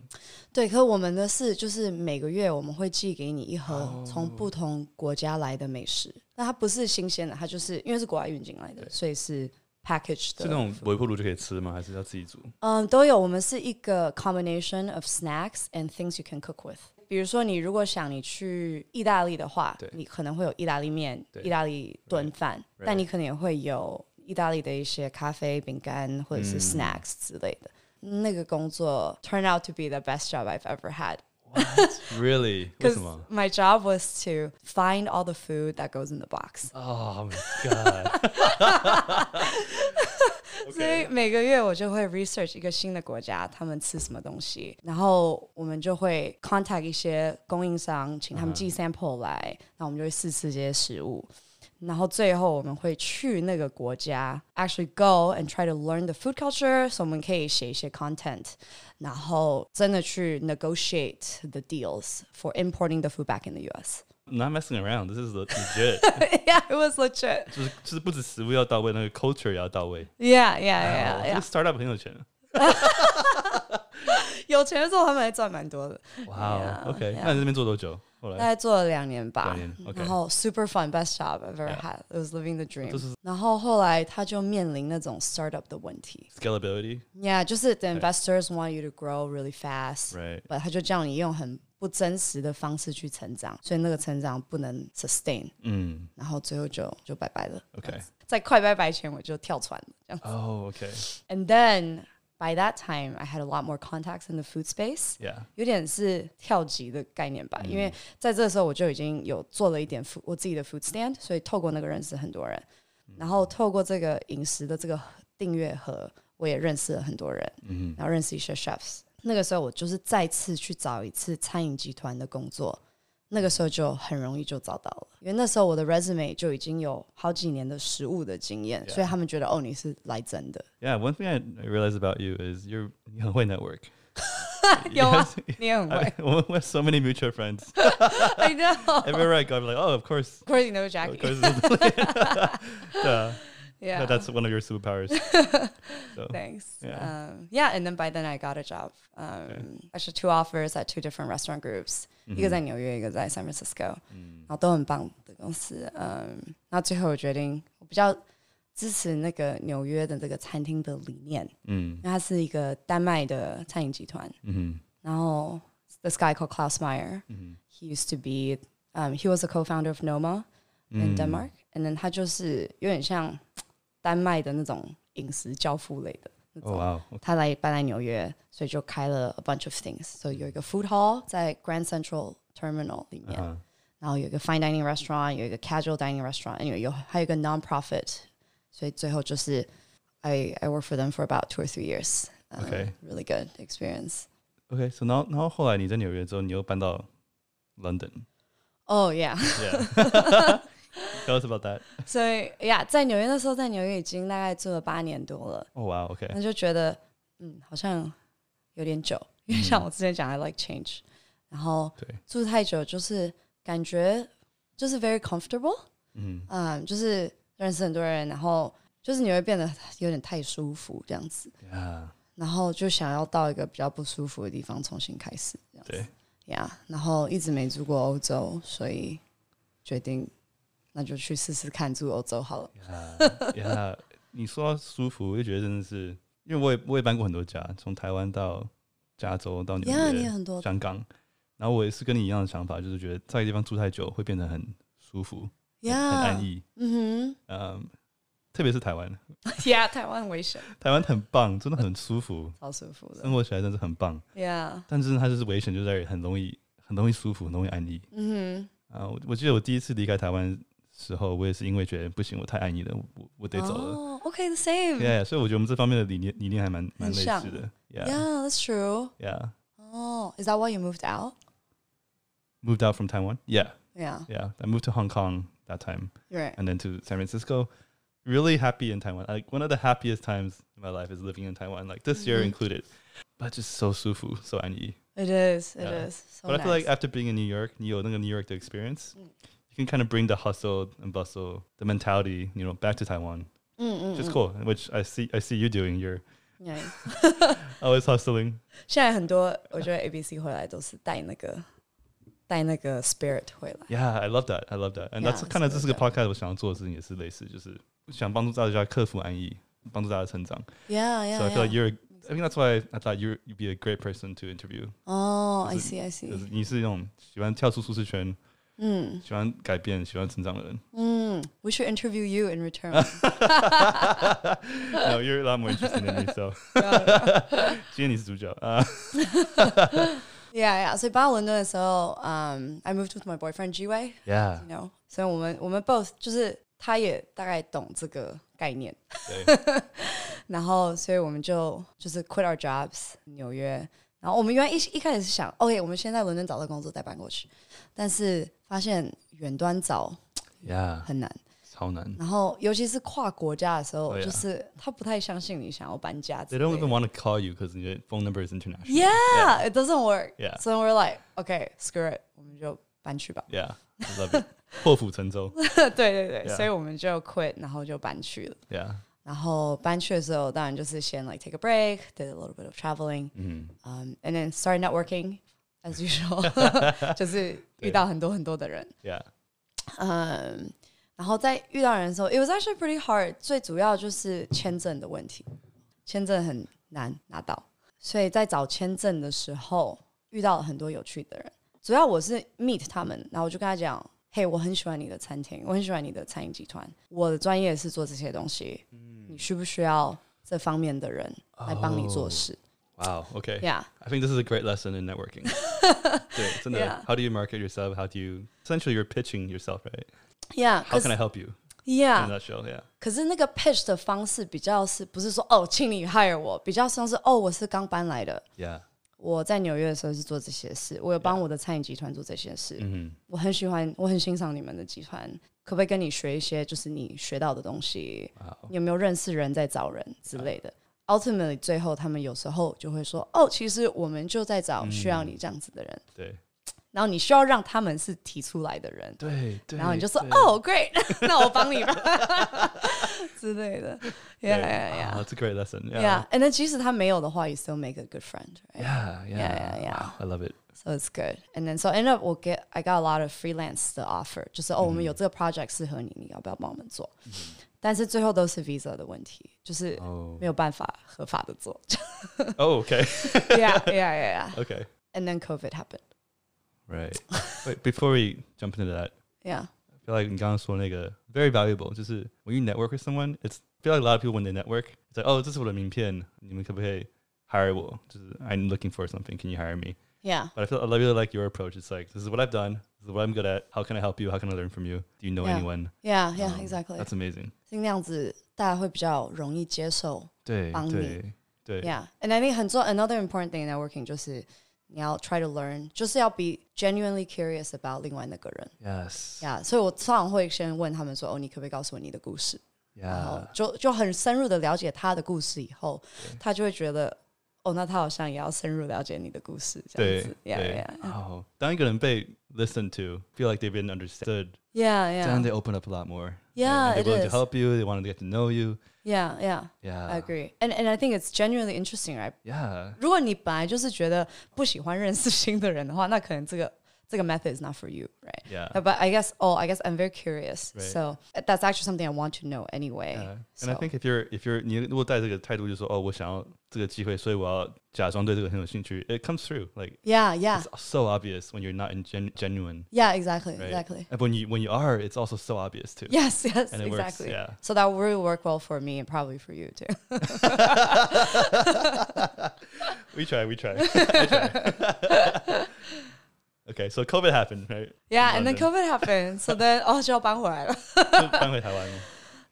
[SPEAKER 1] 对，可我们的是就是每个月我们会寄给你一
[SPEAKER 3] 哦
[SPEAKER 1] 盒从不同国家来的美食，那它不是新鲜的，它就是因为是国外运进来的，所以是 package
[SPEAKER 3] 是那种
[SPEAKER 1] 的。
[SPEAKER 3] 微波炉就可以吃吗？还是要自己煮？
[SPEAKER 1] 嗯，都有。我们是一个 combination of snacks and things you can cook with。比如说，你如果想你去意大利的话
[SPEAKER 2] 对，
[SPEAKER 1] 你可能会有意大利面、
[SPEAKER 2] 对
[SPEAKER 1] 意大利炖饭
[SPEAKER 2] right
[SPEAKER 1] 但你可能也会有意大利的一些咖啡、饼干或者
[SPEAKER 2] 嗯
[SPEAKER 1] 是 snacks 之类的。那个工作 turned out to be the best job I've ever had。
[SPEAKER 2] Really？为
[SPEAKER 1] Because
[SPEAKER 2] 什么？
[SPEAKER 1] my job was to find all the food that goes in the box.
[SPEAKER 2] 哦、oh、，My God！
[SPEAKER 1] 所以每个月我就会 research 一个新的国家，他们吃什么东西，然后我们就会 contact 一些供应商，请他们寄 sample 来，那、我们就会试吃这些食物。然后最后我们会去那个国家，actually go and try to learn the food culture，所以我们可以写一些 content，然后真的去 negotiate the deals for importing the food back in the US.
[SPEAKER 3] <laughs> Not messing around. This is legit.
[SPEAKER 1] <laughs> yeah, it was legit.
[SPEAKER 3] 就是就是不止食物要到位，那个 culture 也要到位。
[SPEAKER 1] Yeah, yeah, yeah,
[SPEAKER 3] 哦
[SPEAKER 1] yeah.
[SPEAKER 3] 这个 startup 很有钱。
[SPEAKER 1] 有钱的时候他们还赚蛮多的，
[SPEAKER 3] 哇、
[SPEAKER 1] Yeah,
[SPEAKER 3] o k
[SPEAKER 1] yeah.
[SPEAKER 3] 那你这边做多久？后
[SPEAKER 1] 大
[SPEAKER 3] 来
[SPEAKER 1] 概做了两年吧
[SPEAKER 3] 两。年，OK，
[SPEAKER 1] 然后 super fun best job I've ever
[SPEAKER 3] Yeah.
[SPEAKER 1] had. It was living the
[SPEAKER 3] 就
[SPEAKER 1] dream.
[SPEAKER 3] 是
[SPEAKER 1] 然后后来他就面临那种 startup 的问题
[SPEAKER 3] scalability，right？
[SPEAKER 1] ，Yeah，就是 the investors want you to grow really fast，but 他就叫你用很不真实的方式去成长，所以那个成长不能 sustain，
[SPEAKER 3] 嗯
[SPEAKER 1] 然后最后就就拜拜了。
[SPEAKER 3] ，OK，
[SPEAKER 1] 在快拜拜前我就跳船了，这样。
[SPEAKER 3] 哦、o k
[SPEAKER 1] And then by that time I had a lot more contacts in the food space.
[SPEAKER 3] y e a h
[SPEAKER 1] 有点是跳级的概念吧，因为在这时候我就已经有做了一点 food, 我自己的 food stand，所以透过那个认识很多人，然后透过这个饮食的这个订阅盒，我也认识了很多人，
[SPEAKER 3] 嗯
[SPEAKER 1] 然后认识一些 chefs。那个时候我就是再次去找一次餐饮集团的工作，那个时候就很容易就找到了，因为那时候我的 resume 就已经有好几年的食物的经验，所以他们觉得哦你是来真的，
[SPEAKER 3] yeah，one thing I I realize about you is you're 你很会 network。
[SPEAKER 1] 有啊
[SPEAKER 3] <laughs> Yes,
[SPEAKER 1] 你很 <laughs>
[SPEAKER 3] <laughs> I,
[SPEAKER 1] 会
[SPEAKER 3] we have so many mutual friends.
[SPEAKER 1] ，I know，of
[SPEAKER 3] Everywhere I go, I'm like, oh, of course.
[SPEAKER 1] course you know
[SPEAKER 3] <laughs> Of
[SPEAKER 1] Jackie，
[SPEAKER 3] course. <laughs> yeah,
[SPEAKER 1] yeah，
[SPEAKER 3] that's one of your
[SPEAKER 1] <laughs>
[SPEAKER 3] superpowers. So,
[SPEAKER 1] Thanks.
[SPEAKER 3] Yeah.
[SPEAKER 1] Yeah. Um, yeah, and then by then I got a job. Um, Actually, two offers at two different restaurant groups.
[SPEAKER 3] mm-hmm.
[SPEAKER 1] 一个在纽约，一个在 San Francisco，、然后都很棒的公司。嗯，然后最后我决定，我比较支持那个纽约的这个餐厅的理念，
[SPEAKER 3] 嗯
[SPEAKER 1] 因为它是一个丹麦的餐饮集团。
[SPEAKER 3] 嗯
[SPEAKER 1] 然后 this guy called Klaus Meyer,
[SPEAKER 3] Mm-hmm.
[SPEAKER 1] he used to be, um, he was a co-founder of Noma
[SPEAKER 3] Mm.
[SPEAKER 1] in Denmark, and then 他就是有点像丹麦的那种饮食教父类的那种。
[SPEAKER 3] ，Oh wow.
[SPEAKER 1] 他来搬来纽约，所以就开了 a bunch of things，所、以有一个 food hall 在 Grand Central Terminal 里面
[SPEAKER 3] Uh-huh.
[SPEAKER 1] 然后有一个 fine dining restaurant，有一个 casual dining restaurant，anyway, 有还有一个 non-profit，所以最后就是 I I worked for them for about two or three years. Um,
[SPEAKER 3] Okay.
[SPEAKER 1] really good experience.
[SPEAKER 3] Okay, so now, 然后后来你在纽约之后，你又搬到 London.
[SPEAKER 1] Oh yeah. <laughs>
[SPEAKER 3] Yeah. <laughs> Tell us about that.
[SPEAKER 1] 所以呀，在纽约那时候，在纽约已经大概住了八年多了，
[SPEAKER 3] Oh wow. Okay.
[SPEAKER 1] 那就觉得嗯，好像有点久，因为像我之前讲，I like change，然后
[SPEAKER 3] 对
[SPEAKER 1] 住太久就是感觉就是 very comfortable，
[SPEAKER 3] 嗯
[SPEAKER 1] 嗯，就是认识很多人，然后就是你会变得有点太舒服这样子，
[SPEAKER 3] ，Yeah.
[SPEAKER 1] 然后就想要到一个比较不舒服的地方重新开始，这样
[SPEAKER 3] 对
[SPEAKER 1] 子，呀然后一直没住过欧洲，所以决定那就去试试看住欧洲好了。
[SPEAKER 3] Yeah. 你说到舒服，我就觉得真的是，因为我也我也搬过很多家，从台湾到加州到纽约。
[SPEAKER 1] 呀，你也很多
[SPEAKER 3] 香港，然后我也是跟你一样的想法，就是觉得在一个地方住太久会变得很舒服、很很
[SPEAKER 1] 呀
[SPEAKER 3] 安，逸。
[SPEAKER 1] 嗯
[SPEAKER 3] 嗯，特别是台湾，
[SPEAKER 1] 哼，呀，台湾很危险，
[SPEAKER 3] 台湾很棒，真的很舒服，
[SPEAKER 1] 超舒服的
[SPEAKER 3] 生，活起来真的是很棒。
[SPEAKER 1] 呀，
[SPEAKER 3] 但是它就是危险，就在于很容易、很容易舒服，很容易安逸。
[SPEAKER 1] 嗯
[SPEAKER 3] 啊、我我记得我第一次离开台湾时候，我也是因为觉得不行，我太爱你了，我我得走了。
[SPEAKER 1] Oh, okay, the same.
[SPEAKER 3] Yeah，所以我觉得我们这方面的理念理念还蛮蛮类似的。Yeah，yeah。
[SPEAKER 1] Yeah, that's true. Oh, is that why you moved out?
[SPEAKER 3] Moved out from Taiwan. Yeah,
[SPEAKER 1] Yeah,
[SPEAKER 3] yeah. I moved to Hong Kong that time,
[SPEAKER 1] you're right.
[SPEAKER 3] and then to San Francisco. Really happy in Taiwan. Like one of the happiest times in my life is living in Taiwan. Like this year
[SPEAKER 1] Mhm.
[SPEAKER 3] included, but just so sufu, so anyi.
[SPEAKER 1] It is. It is
[SPEAKER 3] Yeah.
[SPEAKER 1] So
[SPEAKER 3] But I feel like
[SPEAKER 1] nice.
[SPEAKER 3] after being in New York, you know, New York the experience,
[SPEAKER 1] Mm.
[SPEAKER 3] you can kind of bring the hustle and bustle, the mentality, you know, back to Taiwan,
[SPEAKER 1] Mm, mm,
[SPEAKER 3] which is
[SPEAKER 1] mm.
[SPEAKER 3] cool. Which I see, I see you doing. You're
[SPEAKER 1] Yeah. <laughs>
[SPEAKER 3] always hustling.
[SPEAKER 1] 现在很多我觉得 A B C 回来都是带那个带那个 spirit 回来。
[SPEAKER 3] Yeah, I love that. I love that. And
[SPEAKER 1] Yeah,
[SPEAKER 3] that's
[SPEAKER 1] it's
[SPEAKER 3] kind of 这是个
[SPEAKER 1] really good.
[SPEAKER 3] podcast 我想要做的事情，也是类似，就是想帮助大家克服安逸，帮助大家成长。
[SPEAKER 1] Yeah, yeah.
[SPEAKER 3] so I feel
[SPEAKER 1] yeah.
[SPEAKER 3] like you're. a- I think that's why I thought you you'd be a great person to interview.
[SPEAKER 1] Oh, I
[SPEAKER 3] Is it-
[SPEAKER 1] see, I
[SPEAKER 3] 就
[SPEAKER 1] see.
[SPEAKER 3] 是你是那种喜欢跳出舒适圈、
[SPEAKER 1] <laughs> 嗯
[SPEAKER 3] 喜欢改变、喜欢成长的人。
[SPEAKER 1] 嗯，We mm. should interview you in
[SPEAKER 3] <laughs>
[SPEAKER 1] return.
[SPEAKER 3] no, you're a lot more interesting than
[SPEAKER 1] <laughs>
[SPEAKER 3] me. So 今天你是主角啊
[SPEAKER 1] Yeah, yeah. 所以搬到伦敦的时候，嗯、i moved with my boyfriend G Way,
[SPEAKER 3] ，Yeah，
[SPEAKER 1] you know，所以我们我们 both 就是他也大概懂这个概念，
[SPEAKER 3] 对，
[SPEAKER 1] 然后所以我们就就是 quit our jobs 纽约，然后我们原来一一开始是想，OK，我们先在伦敦找到工作再搬过去，但是发现远端找
[SPEAKER 3] Yeah，
[SPEAKER 1] 很难，
[SPEAKER 3] 超难。
[SPEAKER 1] 然后尤其是跨国家的时候，
[SPEAKER 3] 对啊
[SPEAKER 1] 就是他不太相信你想要搬家之
[SPEAKER 3] They
[SPEAKER 1] 类的。
[SPEAKER 3] don't even want to call you because your phone number is international.
[SPEAKER 1] Yeah, it doesn't work.
[SPEAKER 3] Yeah.
[SPEAKER 1] So we're like, okay, screw it. 我们就搬去吧。 <laughs>
[SPEAKER 3] Yeah, I love it. <laughs> 破釜沉舟。
[SPEAKER 1] 对对对
[SPEAKER 3] Yeah.
[SPEAKER 1] 所以我们就 quit，然后就搬去了。
[SPEAKER 3] Yeah，
[SPEAKER 1] 然后搬去的时候，当然就是先 like take a break, did a little bit of traveling,
[SPEAKER 3] 嗯，
[SPEAKER 1] um, and then start networking as usual，就是 <laughs> 遇到很多很多的人。
[SPEAKER 3] Yeah，
[SPEAKER 1] 嗯，然后在遇到人的时候，it was actually pretty hard。最主要就是签证的问题，签证很难拿到，所以在找签证的时候遇到了很多有趣的人。主要我是 meet 他们，然后我就跟他讲：“嘿、我很喜欢你的餐厅，我很喜欢你的餐饮集团，我的专业是做这些东西，
[SPEAKER 3] 嗯
[SPEAKER 1] 你需不需要这方面的人来帮你做事
[SPEAKER 3] 哦 Wow. Okay.
[SPEAKER 1] ？”Yeah，
[SPEAKER 3] I think this is a great lesson
[SPEAKER 1] <laughs>
[SPEAKER 3] in networking. 对，真的。
[SPEAKER 1] Yeah.
[SPEAKER 3] How do you market yourself? How do you essentially you're pitching yourself, right?
[SPEAKER 1] yeah,
[SPEAKER 3] How can I help you
[SPEAKER 1] yeah,
[SPEAKER 3] in that show? Yeah.
[SPEAKER 1] 可是那个 pitch 的方式比较是不是说哦，请你 hire 我，比较像是哦，我是刚搬来的，
[SPEAKER 3] Yeah.
[SPEAKER 1] 我在纽约的时候是做这些事，我有帮我的餐饮集团做这些事，
[SPEAKER 3] 嗯 Mm-hmm.
[SPEAKER 1] 我很喜欢，我很欣赏你们的集团，可不可以跟你学一些就是你学到的东西？你有没有认识人在找人之类的？Ultimately，最后他们有时候就会说哦，其实我们就在找需要你这样子的人，然后你需要让他们是提出来的人，然后你就说哦，great，那 <laughs> 我帮 <laughs> 你吧之类的，yeah yeah yeah。
[SPEAKER 3] That's a great lesson.
[SPEAKER 1] Yeah,
[SPEAKER 3] Yeah.
[SPEAKER 1] and then 即使他没有的话，you still make a good friend, right?
[SPEAKER 3] Yeah. Yeah.
[SPEAKER 1] Yeah, yeah, yeah.
[SPEAKER 3] Wow, I love it.
[SPEAKER 1] So it's good. And then so end up 我 get I got a lot of freelance 的 offer，就是哦，我们有这个 project 适合你，你要不要帮我们 <laughs> 做？但是最后都是 visa 的问题，就是
[SPEAKER 3] 哦
[SPEAKER 1] 没有办法合法的 <laughs> 做。
[SPEAKER 3] Oh, okay.
[SPEAKER 1] yeah, yeah, yeah, yeah.
[SPEAKER 3] Okay.
[SPEAKER 1] And then COVID happened.
[SPEAKER 3] Right. Wait, before we jump into that,
[SPEAKER 1] Yeah.
[SPEAKER 3] I feel like 你刚刚说那个 very valuable, 就是 when you network with someone, it's I feel like a lot of people when they network, it's like, oh, this is what I mean, pin. hire 我，就是 I'm looking for something. Can you hire me?
[SPEAKER 1] Yeah.
[SPEAKER 3] But I feel I really like your approach. It's like this is what I've done. This is what I'm good at. How can I help you? How can I learn from you? Do you know
[SPEAKER 1] Yeah.
[SPEAKER 3] anyone?
[SPEAKER 1] Yeah, yeah,
[SPEAKER 3] Um,
[SPEAKER 1] exactly.
[SPEAKER 3] That's amazing.
[SPEAKER 1] 是那样子，大家会比较容易接受。
[SPEAKER 3] 对
[SPEAKER 1] 帮你。
[SPEAKER 3] 对
[SPEAKER 1] Yeah. And I think 很重 another important thing in networking 就是你要 try to learn，就是要 be genuinely curious about 另外那个人。
[SPEAKER 3] Yes.
[SPEAKER 1] Yeah，所以我通常会先问他们说：“哦，你可不可以告诉我你的故事？”
[SPEAKER 3] Yeah.
[SPEAKER 1] 然后
[SPEAKER 3] <laughs>
[SPEAKER 1] 就就很深入的了解他的故事以后，他就会觉得：“哦，那他好像也要深入了解你的故事。”这样
[SPEAKER 3] 对
[SPEAKER 1] 子
[SPEAKER 3] 对
[SPEAKER 1] ，Yeah，Yeah，Yeah，Yeah。
[SPEAKER 3] 哦，当一个人被 listened to, feel like they've been understood, then
[SPEAKER 1] Yeah,
[SPEAKER 3] they open up a lot more.
[SPEAKER 1] Yeah,
[SPEAKER 3] And they're
[SPEAKER 1] it
[SPEAKER 3] willing to
[SPEAKER 1] is.
[SPEAKER 3] help you. They want to get to know you.
[SPEAKER 1] yeah, yeah.
[SPEAKER 3] Yeah.
[SPEAKER 1] I agree, and and I think it's genuinely interesting, right?
[SPEAKER 3] Yeah.
[SPEAKER 1] 如果你本来就是觉得不喜欢认识新的人的话，那可能这个这个 method is not for you, right?
[SPEAKER 3] Yeah.
[SPEAKER 1] Uh, But I guess, oh, I guess I'm very curious.
[SPEAKER 3] Right.
[SPEAKER 1] So uh, that's actually something I want to know anyway.
[SPEAKER 3] Yeah. And I
[SPEAKER 1] So-
[SPEAKER 3] think if you're if you're 你如果带这个态度，就说哦，我想要这个机会，所以我要假装对这个很有兴趣。It comes through like
[SPEAKER 1] yeah, yeah,
[SPEAKER 3] it's so obvious when you're not in gen- genuine.
[SPEAKER 1] yeah, exactly,
[SPEAKER 3] Right.
[SPEAKER 1] exactly.
[SPEAKER 3] And when you when you are, it's also so obvious too.
[SPEAKER 1] Yes, <laughs> yes,
[SPEAKER 3] And it works,
[SPEAKER 1] exactly.
[SPEAKER 3] yeah.
[SPEAKER 1] So that will really work well for me and probably for you too. <laughs>
[SPEAKER 3] <laughs> we try, we try. I try. <laughs> Okay, so COVID happened, right?
[SPEAKER 1] Yeah, and then
[SPEAKER 3] London.
[SPEAKER 1] COVID happened. So
[SPEAKER 3] <laughs>
[SPEAKER 1] then 哦就要搬回来了。 <laughs>
[SPEAKER 3] 就 <laughs> 搬回台湾了。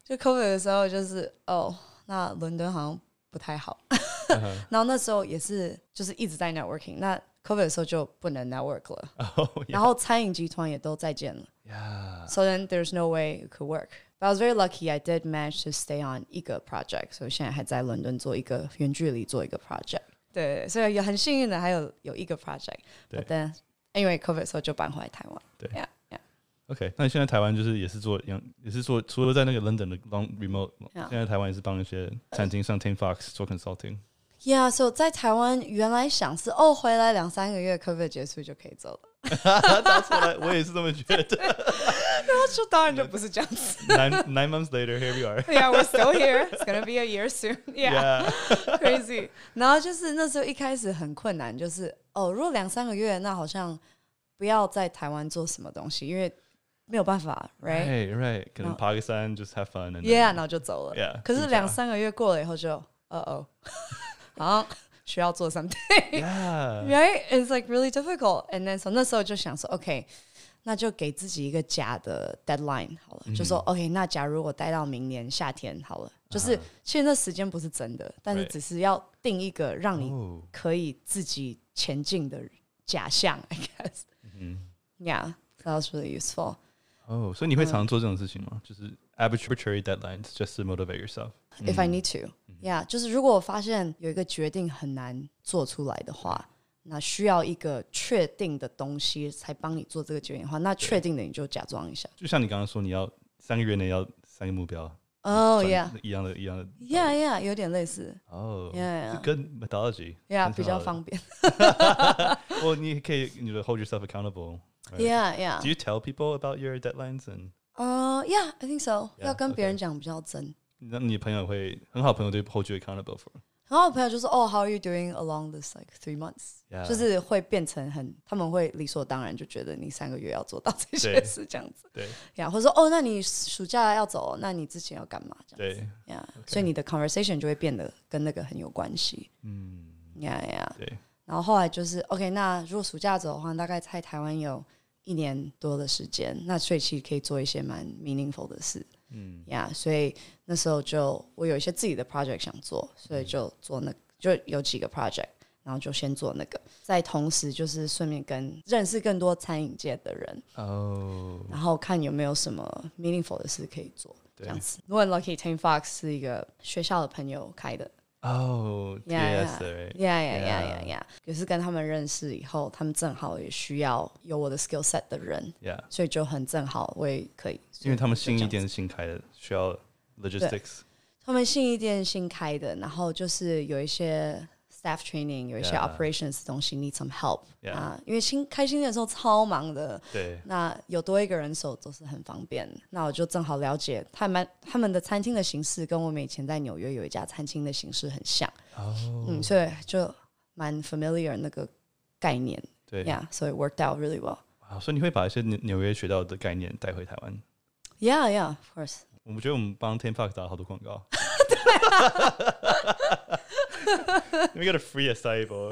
[SPEAKER 1] 就 COVID 的时候，就是哦，那伦敦好像不太好。 <laughs>
[SPEAKER 3] Uh-huh.
[SPEAKER 1] 然后那时候也是就是一直在 networking，那 COVID 的时候就不能 network 了。
[SPEAKER 3] <laughs> Oh, yeah.
[SPEAKER 1] <laughs> 然后餐饮集团也都再见了。
[SPEAKER 3] yeah.
[SPEAKER 1] So then there's no way it could work. But I was very lucky. I did manage to stay on 一个 project. So 现在还在伦敦做一个远距离做一个 project。对，所以也很幸运的还有有一个 project。
[SPEAKER 3] 对
[SPEAKER 1] But then 因为 COVID 的时候就搬回来台湾。
[SPEAKER 3] 对
[SPEAKER 1] Yeah, yeah.
[SPEAKER 3] OK，那你现在台湾就是也是做一样，也是做除了在那个 London 的 long remote，、
[SPEAKER 1] Yeah
[SPEAKER 3] 现在台湾也是帮一些餐厅像 Team Fox 做
[SPEAKER 1] <laughs>
[SPEAKER 3] consulting。
[SPEAKER 1] Yeah, so 在台湾原来想是哦，回来两三个月 COVID 结束就可以走了，
[SPEAKER 3] That's what I, 我也是这么觉得。
[SPEAKER 1] <laughs> 然后就 <laughs> 当然就不是这样子。
[SPEAKER 3] Nine nine months later, here
[SPEAKER 1] <laughs>
[SPEAKER 3] we are.
[SPEAKER 1] Yeah, we're still here. It's gonna be a year soon. Yeah, <laughs>
[SPEAKER 3] Yeah.
[SPEAKER 1] crazy. 然后就是那时候一开始很困难，就是哦，如果两三个月，那好像不要在台湾做什么东西，因为没有办法，right？Yeah，
[SPEAKER 3] Right, right. 可能
[SPEAKER 1] 然后
[SPEAKER 3] 爬个山 just have fun and then-
[SPEAKER 1] 然后就走了。
[SPEAKER 3] Yeah，
[SPEAKER 1] 可
[SPEAKER 3] 度
[SPEAKER 1] 是
[SPEAKER 3] 假
[SPEAKER 1] 两三个月过了以后就，呃哦， <laughs> 好像需要做 something。
[SPEAKER 3] yeah.
[SPEAKER 1] right? It's like really difficult. And then so 那时候就想说，OK，那就给自己一个假的 deadline 好
[SPEAKER 3] 嗯
[SPEAKER 1] 了，就说 OK，那假如我待到明年夏天好了，就是、其实那时间不是真的，但是
[SPEAKER 3] 啊 Right.
[SPEAKER 1] 只是要定一个让你
[SPEAKER 3] Oh.
[SPEAKER 1] 可以自己前进的假象，I guess.
[SPEAKER 3] 嗯
[SPEAKER 1] Yeah, that was really useful.
[SPEAKER 3] 哦，所以你会常做这种事情吗？就是 arbitrary deadlines just to motivate yourself。
[SPEAKER 1] if
[SPEAKER 3] 嗯
[SPEAKER 1] I need to. Yeah，就是如果我发现有一个决定很难做出来的话，那需要一个确定的东西才帮你做这个决定的话，那确定的你就假装一下。
[SPEAKER 3] 就像你刚刚说，你要三个月内要三个目标。
[SPEAKER 1] 哦、
[SPEAKER 3] 嗯算
[SPEAKER 1] Oh， yeah,
[SPEAKER 3] 一样的，一样的。
[SPEAKER 1] yeah, yeah，有点类似
[SPEAKER 3] 哦，
[SPEAKER 1] Yeah,
[SPEAKER 3] 这
[SPEAKER 1] yeah.
[SPEAKER 3] 跟 methodology
[SPEAKER 1] ，yeah，
[SPEAKER 3] 很
[SPEAKER 1] 比较
[SPEAKER 3] 好的
[SPEAKER 1] 方便。 <laughs>
[SPEAKER 3] Well, you can you know, hold yourself accountable. right?
[SPEAKER 1] Yeah,
[SPEAKER 3] Do
[SPEAKER 1] yeah.
[SPEAKER 3] you tell people about your deadlines? And
[SPEAKER 1] 哦、yeah, I think so.
[SPEAKER 3] Yeah,
[SPEAKER 1] 要跟别人讲比较真。
[SPEAKER 3] 那你朋友会很好，朋友对 hold you accountable for.
[SPEAKER 1] 然后我朋友就说：“哦、h o w are you doing along this like three months？”
[SPEAKER 3] Yeah.
[SPEAKER 1] 就是会变成很，他们会理所当然就觉得你三个月要做到这些
[SPEAKER 3] 对
[SPEAKER 1] 事这样子。
[SPEAKER 3] 对
[SPEAKER 1] 呀，或者说哦，那你暑假要走，那你之前要干嘛？这样
[SPEAKER 3] 对，
[SPEAKER 1] 子呀所以你的 conversation 就会变得跟那个很有关系。
[SPEAKER 3] 嗯，
[SPEAKER 1] 呀呀，
[SPEAKER 3] 对，
[SPEAKER 1] 然后后来就是 OK，那如果暑假走的话，大概在台湾有一年多的时间，那所以其实可以做一些蛮 meaningful 的事。
[SPEAKER 3] 嗯
[SPEAKER 1] 呀所以那时候就我有一些自己的 project 想做，所
[SPEAKER 3] 嗯
[SPEAKER 1] 以就做那就有几个 project，然后就先做那个，再同时就是顺便跟认识更多餐饮界的人，
[SPEAKER 3] 哦，
[SPEAKER 1] 然后看有没有什么 meaningful 的事可以做。这
[SPEAKER 3] 对
[SPEAKER 1] 样子，我很 lucky。Team Fox 是一个学校的朋友开的
[SPEAKER 3] 哦
[SPEAKER 1] ，Yeah
[SPEAKER 3] ，yes，right，
[SPEAKER 1] Yeah Yeah Yeah
[SPEAKER 3] Yeah.
[SPEAKER 1] Yeah Yeah，也是跟他们认识以后，他们正好也需要有我的 skill set 的人，
[SPEAKER 3] yeah，
[SPEAKER 1] 所以就很正好我也可以。
[SPEAKER 3] 因为他们新一
[SPEAKER 1] 就这样
[SPEAKER 3] 店新开的，需要 logistics，
[SPEAKER 1] 他们信义店新开的，然后就是有一些 staff training，有一些
[SPEAKER 3] Yeah.
[SPEAKER 1] operations 的东西 need some help
[SPEAKER 3] Yeah.
[SPEAKER 1] 啊，因为新开新店的时候超忙的，
[SPEAKER 3] 对
[SPEAKER 1] 那有多一个人手都是很方便。那我就正好了解他们他们的餐厅的形式跟我们以前在纽约有一家餐厅的形式很像，
[SPEAKER 3] 哦，
[SPEAKER 1] 嗯，所以就蛮 familiar 那个概念
[SPEAKER 3] 对，
[SPEAKER 1] ，yeah，so it worked out really well。
[SPEAKER 3] 哇所以你会把一些纽纽约学到的概念带回台湾。
[SPEAKER 1] Yeah, yeah, of course.
[SPEAKER 3] 我们觉得我们帮 Ten Fox 打了好多广 <laughs> 告。We got a free acai bowl.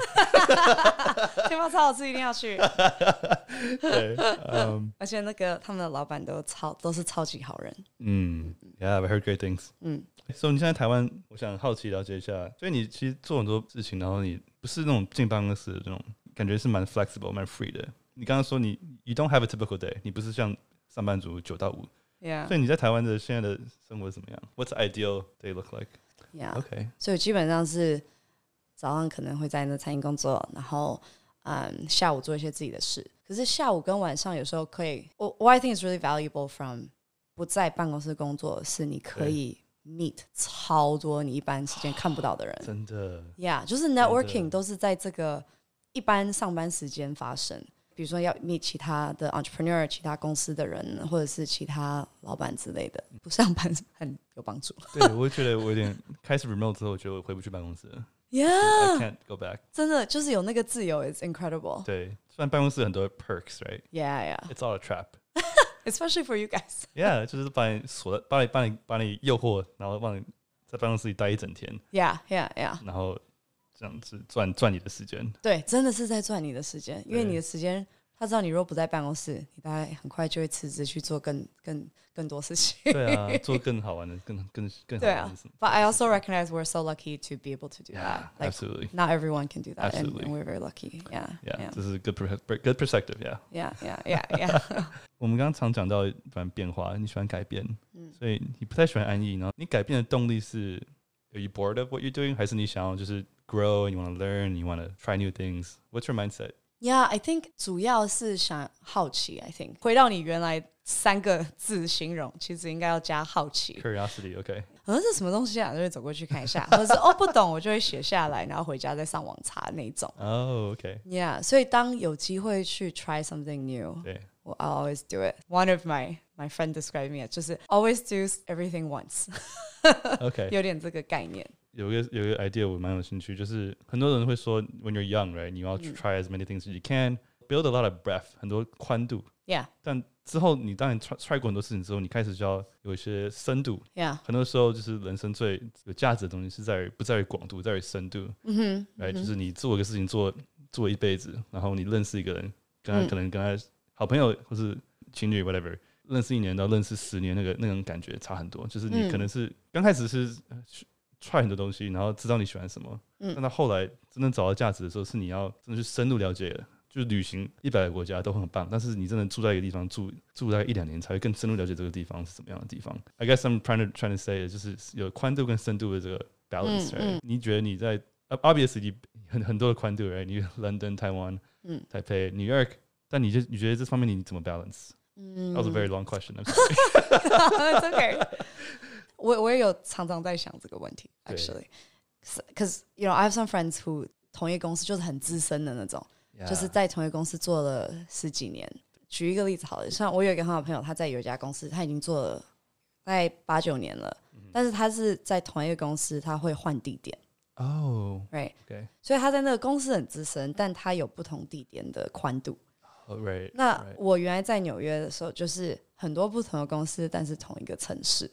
[SPEAKER 1] 天猫超好吃，一定要去。
[SPEAKER 3] 对，
[SPEAKER 1] <laughs> 而且那个他们的老板都超都是超级好人。
[SPEAKER 3] <laughs> 嗯，Yeah, I heard great things.
[SPEAKER 1] 嗯
[SPEAKER 3] 所以你现在台湾，我想好奇了解一下，所以你其实做很多事情，然后你不是那种进办公室的这种感觉，是蛮 flexible、蛮 free 的。你刚刚说你 you don't have a typical day，你不是像上班族九到五，
[SPEAKER 1] ，Yeah，
[SPEAKER 3] 所以你在台湾的现在的生活是怎么样？What's the ideal day look like?
[SPEAKER 1] Yeah，
[SPEAKER 3] OK，
[SPEAKER 1] 所以基本上是早上可能会在那餐厅工作，然后嗯下午做一些自己的事。可是下午跟晚上有时候可以，我我 I think is really valuable from 不在办公室工作是你可以 meet 超多你一般时间看不到的人。
[SPEAKER 3] 真的
[SPEAKER 1] Yeah，就是
[SPEAKER 3] 真的
[SPEAKER 1] networking 都是在这个一般上班时间发生。比如说要 meet 其他的 entrepreneur、其他公司的人，或者是其他老板之类的，不上班 <laughs> 是很有帮助。
[SPEAKER 3] <laughs> 对我觉得我有点开始 remote 之后，我觉得我回不去办公室了
[SPEAKER 1] Yeah，
[SPEAKER 3] ，I can't go back。
[SPEAKER 1] 真的就是有那个自由，it's incredible。
[SPEAKER 3] 对，虽然办公室很多 perks，right？It's
[SPEAKER 1] Yeah,
[SPEAKER 3] <laughs>
[SPEAKER 1] yeah.
[SPEAKER 3] all a trap。
[SPEAKER 1] Especially for you guys.
[SPEAKER 3] Yeah，就是把你锁，把你把你把你诱惑，然后让你在办公室里待一整天。
[SPEAKER 1] Yeah, yeah, yeah.
[SPEAKER 3] 然后这样子赚赚你的时间。
[SPEAKER 1] <laughs> 对，真的是在赚你的时间，因为你的时间，他知道你如果不在办公室，你大概很快就会辞职去做更更更多事情。
[SPEAKER 3] 对啊，做更好玩的，更更更好
[SPEAKER 1] 对
[SPEAKER 3] 玩
[SPEAKER 1] 啊
[SPEAKER 3] 的事。
[SPEAKER 1] <laughs> But I also recognize we're so lucky to be able to do
[SPEAKER 3] Yeah,
[SPEAKER 1] that. Like
[SPEAKER 3] absolutely.
[SPEAKER 1] not everyone can do that, and,
[SPEAKER 3] Absolutely.
[SPEAKER 1] and we're very lucky. Yeah,
[SPEAKER 3] Yeah,
[SPEAKER 1] yeah,
[SPEAKER 3] this is a good per- good perspective. Yeah.
[SPEAKER 1] yeah, yeah, yeah, <laughs> yeah.
[SPEAKER 3] 我们刚刚常讲到反正变化，你喜欢改变，
[SPEAKER 1] Mm.
[SPEAKER 3] 所以你不太喜欢安逸。然后你改变的动力是，Are you bored of what you're doing？还是你想要就是 grow and you want to learn, you want to try new things? What's your mindset?
[SPEAKER 1] Yeah, I think 主要是想好奇。I think 回到你原来三个字形容，其实应该要加好奇。
[SPEAKER 3] Curiosity. Okay.
[SPEAKER 1] 可是这什么东西啊？就会走过去看一下，或 <laughs> 者是哦不懂，我就会写下来，然后回家再上网查那一种。
[SPEAKER 3] Oh, okay.
[SPEAKER 1] Yeah，所以当有机会去 try something new，
[SPEAKER 3] 对，
[SPEAKER 1] 我 I always do it. One of my my friend described me as 就是 always do everything once， <laughs>
[SPEAKER 3] Okay.
[SPEAKER 1] 有点这个概念。
[SPEAKER 3] 有一个有一个 idea 我蛮有兴趣，就是很多人会说，when you're young, right，你要 try as many things as you can, build a lot of breadth，很多宽度。
[SPEAKER 1] Yeah,
[SPEAKER 3] 但之后你当然 try try 过很多事情之后，你开始就要有一些深度。
[SPEAKER 1] yeah,
[SPEAKER 3] 很多时候就是人生最有价值的东西是在于不在于广度，在于深度。嗯哼，
[SPEAKER 1] Mm-hmm.
[SPEAKER 3] 哎，就是你做一个事情做做一辈子，然后你认识一个人，跟他、可能跟他好朋友或是情侣 whatever，认识一年到认识十年那个那种感觉差很多。就是你可能是、刚开始是呃去 try 很多东西，然后知道你喜欢什么，嗯，
[SPEAKER 1] Mm-hmm.
[SPEAKER 3] 但到后来真正找到价值的时候，是你要真的去深入了解的。就是旅行一百个国家都很棒，但是你真的住在一个地方住住大概一两年，才会更深入了解这个地方是怎么样的地方。I guess I'm trying to trying to say 就是有宽度跟深度的这
[SPEAKER 1] 嗯
[SPEAKER 3] 个 balance，、right？你觉得你在呃 obviously 你很很多的宽度，right？你 London、台湾、嗯、台北、New York，但你就你觉得这方面你怎么 balance？嗯，That was a very long question. I'm sorry.
[SPEAKER 1] Mm. <laughs> it's okay. 我我也有常常在想这个问题
[SPEAKER 3] 对
[SPEAKER 1] ，actually, because you know I have some friends who 同一公司就是很资深的那种
[SPEAKER 3] Yeah.
[SPEAKER 1] <laughs> 就是在同一公司做了十几年。举一个例子好了，像我有一个很好的朋友，他在有一家公司，他已经做了大概八九年了，
[SPEAKER 3] 嗯
[SPEAKER 1] 但是他是在同一个公司，他会换地点
[SPEAKER 3] Oh,
[SPEAKER 1] ，right？
[SPEAKER 3] okay.
[SPEAKER 1] 所以他在那个公司很资深，但他有不同地点的宽度。
[SPEAKER 3] All Oh, right.
[SPEAKER 1] 那
[SPEAKER 3] right.
[SPEAKER 1] 我原来在纽约的时候，就是很多不同的公司，但是同一个城市。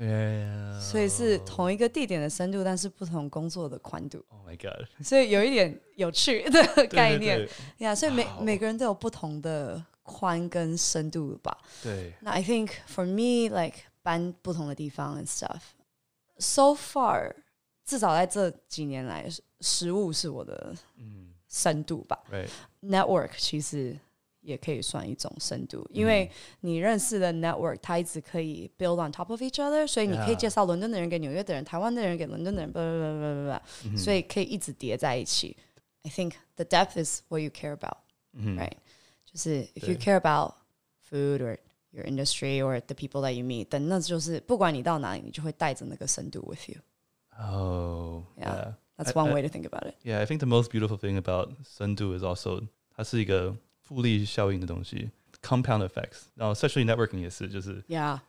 [SPEAKER 3] Yeah.
[SPEAKER 1] 所以是同一个地点的深度，但是不同工作的宽度，
[SPEAKER 3] Oh my god.
[SPEAKER 1] 所以有一点有趣的概念
[SPEAKER 3] 对
[SPEAKER 1] 呀。Yeah，所以每
[SPEAKER 3] 哇哦
[SPEAKER 1] 每个人都有不同的宽跟深度吧。
[SPEAKER 3] 对
[SPEAKER 1] 那 I think for me like 搬不同的地方 and stuff. So far，至少在这几年来，食物是我的
[SPEAKER 3] 嗯
[SPEAKER 1] 深度吧。
[SPEAKER 3] ，Right.
[SPEAKER 1] Network 其实也可以算一种深度，因为你认识的 network，它一直可以 build on top of each other，所以你可以
[SPEAKER 3] Yeah.
[SPEAKER 1] 介绍伦敦的人给纽约的人，台湾的人给伦敦的人，不不不
[SPEAKER 3] Mm-hmm.
[SPEAKER 1] 不不不，所以可以一直叠在一起。I think the depth is what you care about,
[SPEAKER 3] 嗯
[SPEAKER 1] right？就是 if you
[SPEAKER 3] 对
[SPEAKER 1] care about food or your industry or the people that you meet，then 那就是不管你到哪里，你就会带着那个深度 with you。
[SPEAKER 3] Oh.
[SPEAKER 1] Yeah.
[SPEAKER 3] Yeah.
[SPEAKER 1] That's
[SPEAKER 3] I-
[SPEAKER 1] one
[SPEAKER 3] I-
[SPEAKER 1] way to think about it.
[SPEAKER 3] Yeah, I think the most beautiful thing about Sundu is also 它是一个复利效应的东西，compound effects。然后 networking 也是，就是
[SPEAKER 1] Yeah.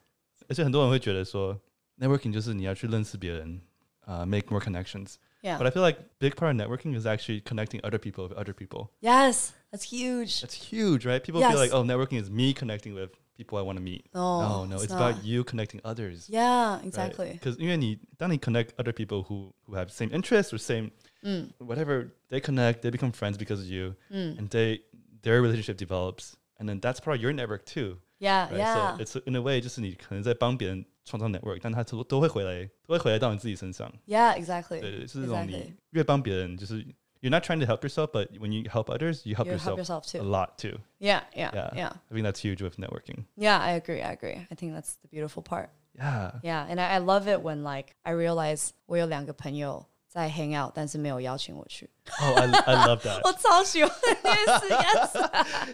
[SPEAKER 3] 而且很多人会觉得说，networking 就是你要去认识别人，呃、uh,，make more connections.
[SPEAKER 1] Yeah.
[SPEAKER 3] But I feel like big part of networking is actually connecting other people with other people.
[SPEAKER 1] Yes, that's huge.
[SPEAKER 3] That's huge, right? People
[SPEAKER 1] Yes.
[SPEAKER 3] feel like, oh, networking is me connecting with people I want to meet.
[SPEAKER 1] No,
[SPEAKER 3] Oh, no, no, it's,
[SPEAKER 1] it's
[SPEAKER 3] about
[SPEAKER 1] not.
[SPEAKER 3] you connecting others.
[SPEAKER 1] Yeah, exactly.
[SPEAKER 3] Because you need then you connect other people who who have same interests or same
[SPEAKER 1] Mm,
[SPEAKER 3] whatever they connect, they become friends because of you, and they their relationship develops, and then that's part of your network too.
[SPEAKER 1] Yeah,
[SPEAKER 3] Right?
[SPEAKER 1] Uh, yeah.
[SPEAKER 3] So it's in a way 就是你可能在帮别人创造 network，但他都都会回来，都会回来到你自己身上。
[SPEAKER 1] Yeah, exactly.
[SPEAKER 3] 对，就是这种你
[SPEAKER 1] Exactly.
[SPEAKER 3] 越帮别人，就是 you're not trying to help yourself, but when you help others, you help
[SPEAKER 1] You help
[SPEAKER 3] yourself,
[SPEAKER 1] yourself too.
[SPEAKER 3] a lot too.
[SPEAKER 1] Yeah, yeah, yeah,
[SPEAKER 3] Yeah.
[SPEAKER 1] yeah.
[SPEAKER 3] I think that's huge with networking.
[SPEAKER 1] I agree. I agree. I think that's the beautiful part.
[SPEAKER 3] Yeah.
[SPEAKER 1] <laughs> Yeah, and I, I love it when like I realize 我有两个朋友在 hang out，但是没有邀请我去。
[SPEAKER 3] Oh, I, I love that.
[SPEAKER 1] <laughs> 我超喜欢这件事，yes，yeah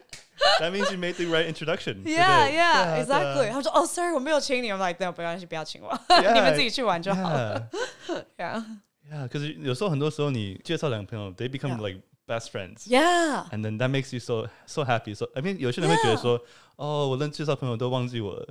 [SPEAKER 3] that means you made the right introduction. <laughs> 对不对？
[SPEAKER 1] yeah
[SPEAKER 3] 对啊，对啊。
[SPEAKER 1] exactly。他们说哦，sorry，我没有请你。I'm like，no，没关系，不要请我，
[SPEAKER 3] <laughs> Yeah,
[SPEAKER 1] 你们自己去玩就好了。
[SPEAKER 3] Yeah,
[SPEAKER 1] Yeah,
[SPEAKER 3] yeah. Because you they become
[SPEAKER 1] Yeah.
[SPEAKER 3] like best friends,
[SPEAKER 1] yeah.
[SPEAKER 3] and then that makes you so so happy. So I mean, 有些人会觉得说，哦，我认介绍朋友都忘记我了。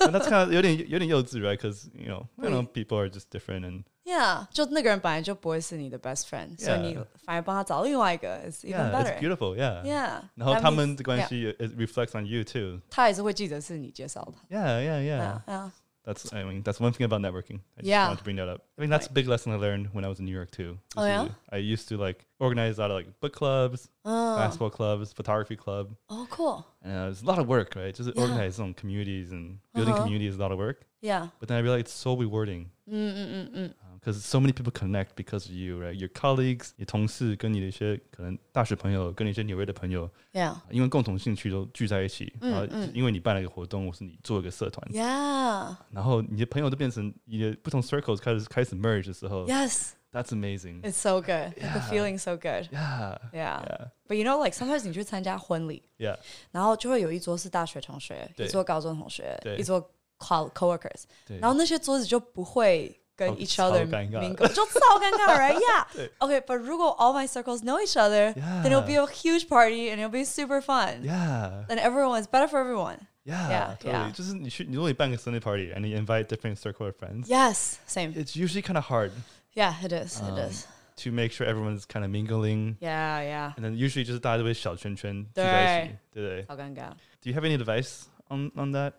[SPEAKER 3] And that's kind of 有点有点幼稚 right? Because you know, you know, people are just different, and
[SPEAKER 1] Yeah，就那个人本来就不会是你的 best friend，所以
[SPEAKER 3] Yeah.
[SPEAKER 1] 你反而帮他找另外一个，is even
[SPEAKER 3] yeah,
[SPEAKER 1] better
[SPEAKER 3] it's。beautiful,
[SPEAKER 1] Yeah，that
[SPEAKER 3] yeah.
[SPEAKER 1] means- yeah，
[SPEAKER 3] 然后他们的关系也- it reflects on you too.
[SPEAKER 1] 他也是会记得是你介绍的。
[SPEAKER 3] Yeah, yeah, yeah.
[SPEAKER 1] Yeah, yeah.
[SPEAKER 3] That's I mean that's one thing about networking. I just
[SPEAKER 1] Yeah.
[SPEAKER 3] wanted to bring that up. I mean that's a big lesson I learned when I was in New York too.
[SPEAKER 1] Oh, yeah?
[SPEAKER 3] I used to like organize a lot of like book clubs, basketball clubs, photography club,
[SPEAKER 1] Oh, cool.
[SPEAKER 3] and uh, it was a lot of work, right? Just
[SPEAKER 1] Yeah.
[SPEAKER 3] organizing communities and building
[SPEAKER 1] Uh-huh.
[SPEAKER 3] community is a lot of work.
[SPEAKER 1] Yeah.
[SPEAKER 3] But then I realized it's so rewarding
[SPEAKER 1] 嗯嗯嗯嗯，
[SPEAKER 3] because so many people connect because of you, right? Your colleagues, 你同事跟你的一些可能大学朋友，跟你一些纽约的朋友，因为共同兴
[SPEAKER 1] yeah.
[SPEAKER 3] 趣都聚在一起，
[SPEAKER 1] 嗯，嗯。
[SPEAKER 3] 然后因为你办了一个活动，或是你做一个社团，
[SPEAKER 1] Yeah.
[SPEAKER 3] 然后你的朋友都变成你的不同 circles 开始开始 merge 的时候
[SPEAKER 1] Yes.
[SPEAKER 3] that's amazing.
[SPEAKER 1] It's so good. Like, the
[SPEAKER 3] Yeah.
[SPEAKER 1] feeling's so good.
[SPEAKER 3] Yeah,
[SPEAKER 1] Yeah.
[SPEAKER 3] yeah,
[SPEAKER 1] But you know, like sometimes 你去参加婚礼，
[SPEAKER 3] yeah.
[SPEAKER 1] 然后就会有一桌是大学同学，
[SPEAKER 3] 对
[SPEAKER 1] 一桌高中同学，
[SPEAKER 3] 对
[SPEAKER 1] 一桌 co coworkers，
[SPEAKER 3] 对
[SPEAKER 1] 然后那些桌子就不会跟
[SPEAKER 3] 超
[SPEAKER 1] each
[SPEAKER 3] 超
[SPEAKER 1] other
[SPEAKER 3] 尴尬
[SPEAKER 1] mingle，就超尴尬，right？Yeah。Okay,
[SPEAKER 3] <laughs>
[SPEAKER 1] but 如果 all my circles know each other, then it'll be a huge party and it'll be super fun.
[SPEAKER 3] Yeah,
[SPEAKER 1] Then everyone's better for everyone.
[SPEAKER 3] yeah,
[SPEAKER 1] Yeah,
[SPEAKER 3] totally.
[SPEAKER 1] yeah.
[SPEAKER 3] 就是你去，你如果你办个 Sunday party and you invite different circle of friends,
[SPEAKER 1] Yes, same.
[SPEAKER 3] it's usually kind of hard
[SPEAKER 1] Yeah, it is. It
[SPEAKER 3] Um,
[SPEAKER 1] is.
[SPEAKER 3] to make sure everyone's kind of mingling
[SPEAKER 1] Yeah, yeah.
[SPEAKER 3] And then usually
[SPEAKER 1] 对。
[SPEAKER 3] just 大家都会小圈圈聚在一起，对不对？
[SPEAKER 1] 超尴尬。
[SPEAKER 3] Do you have any advice on on that?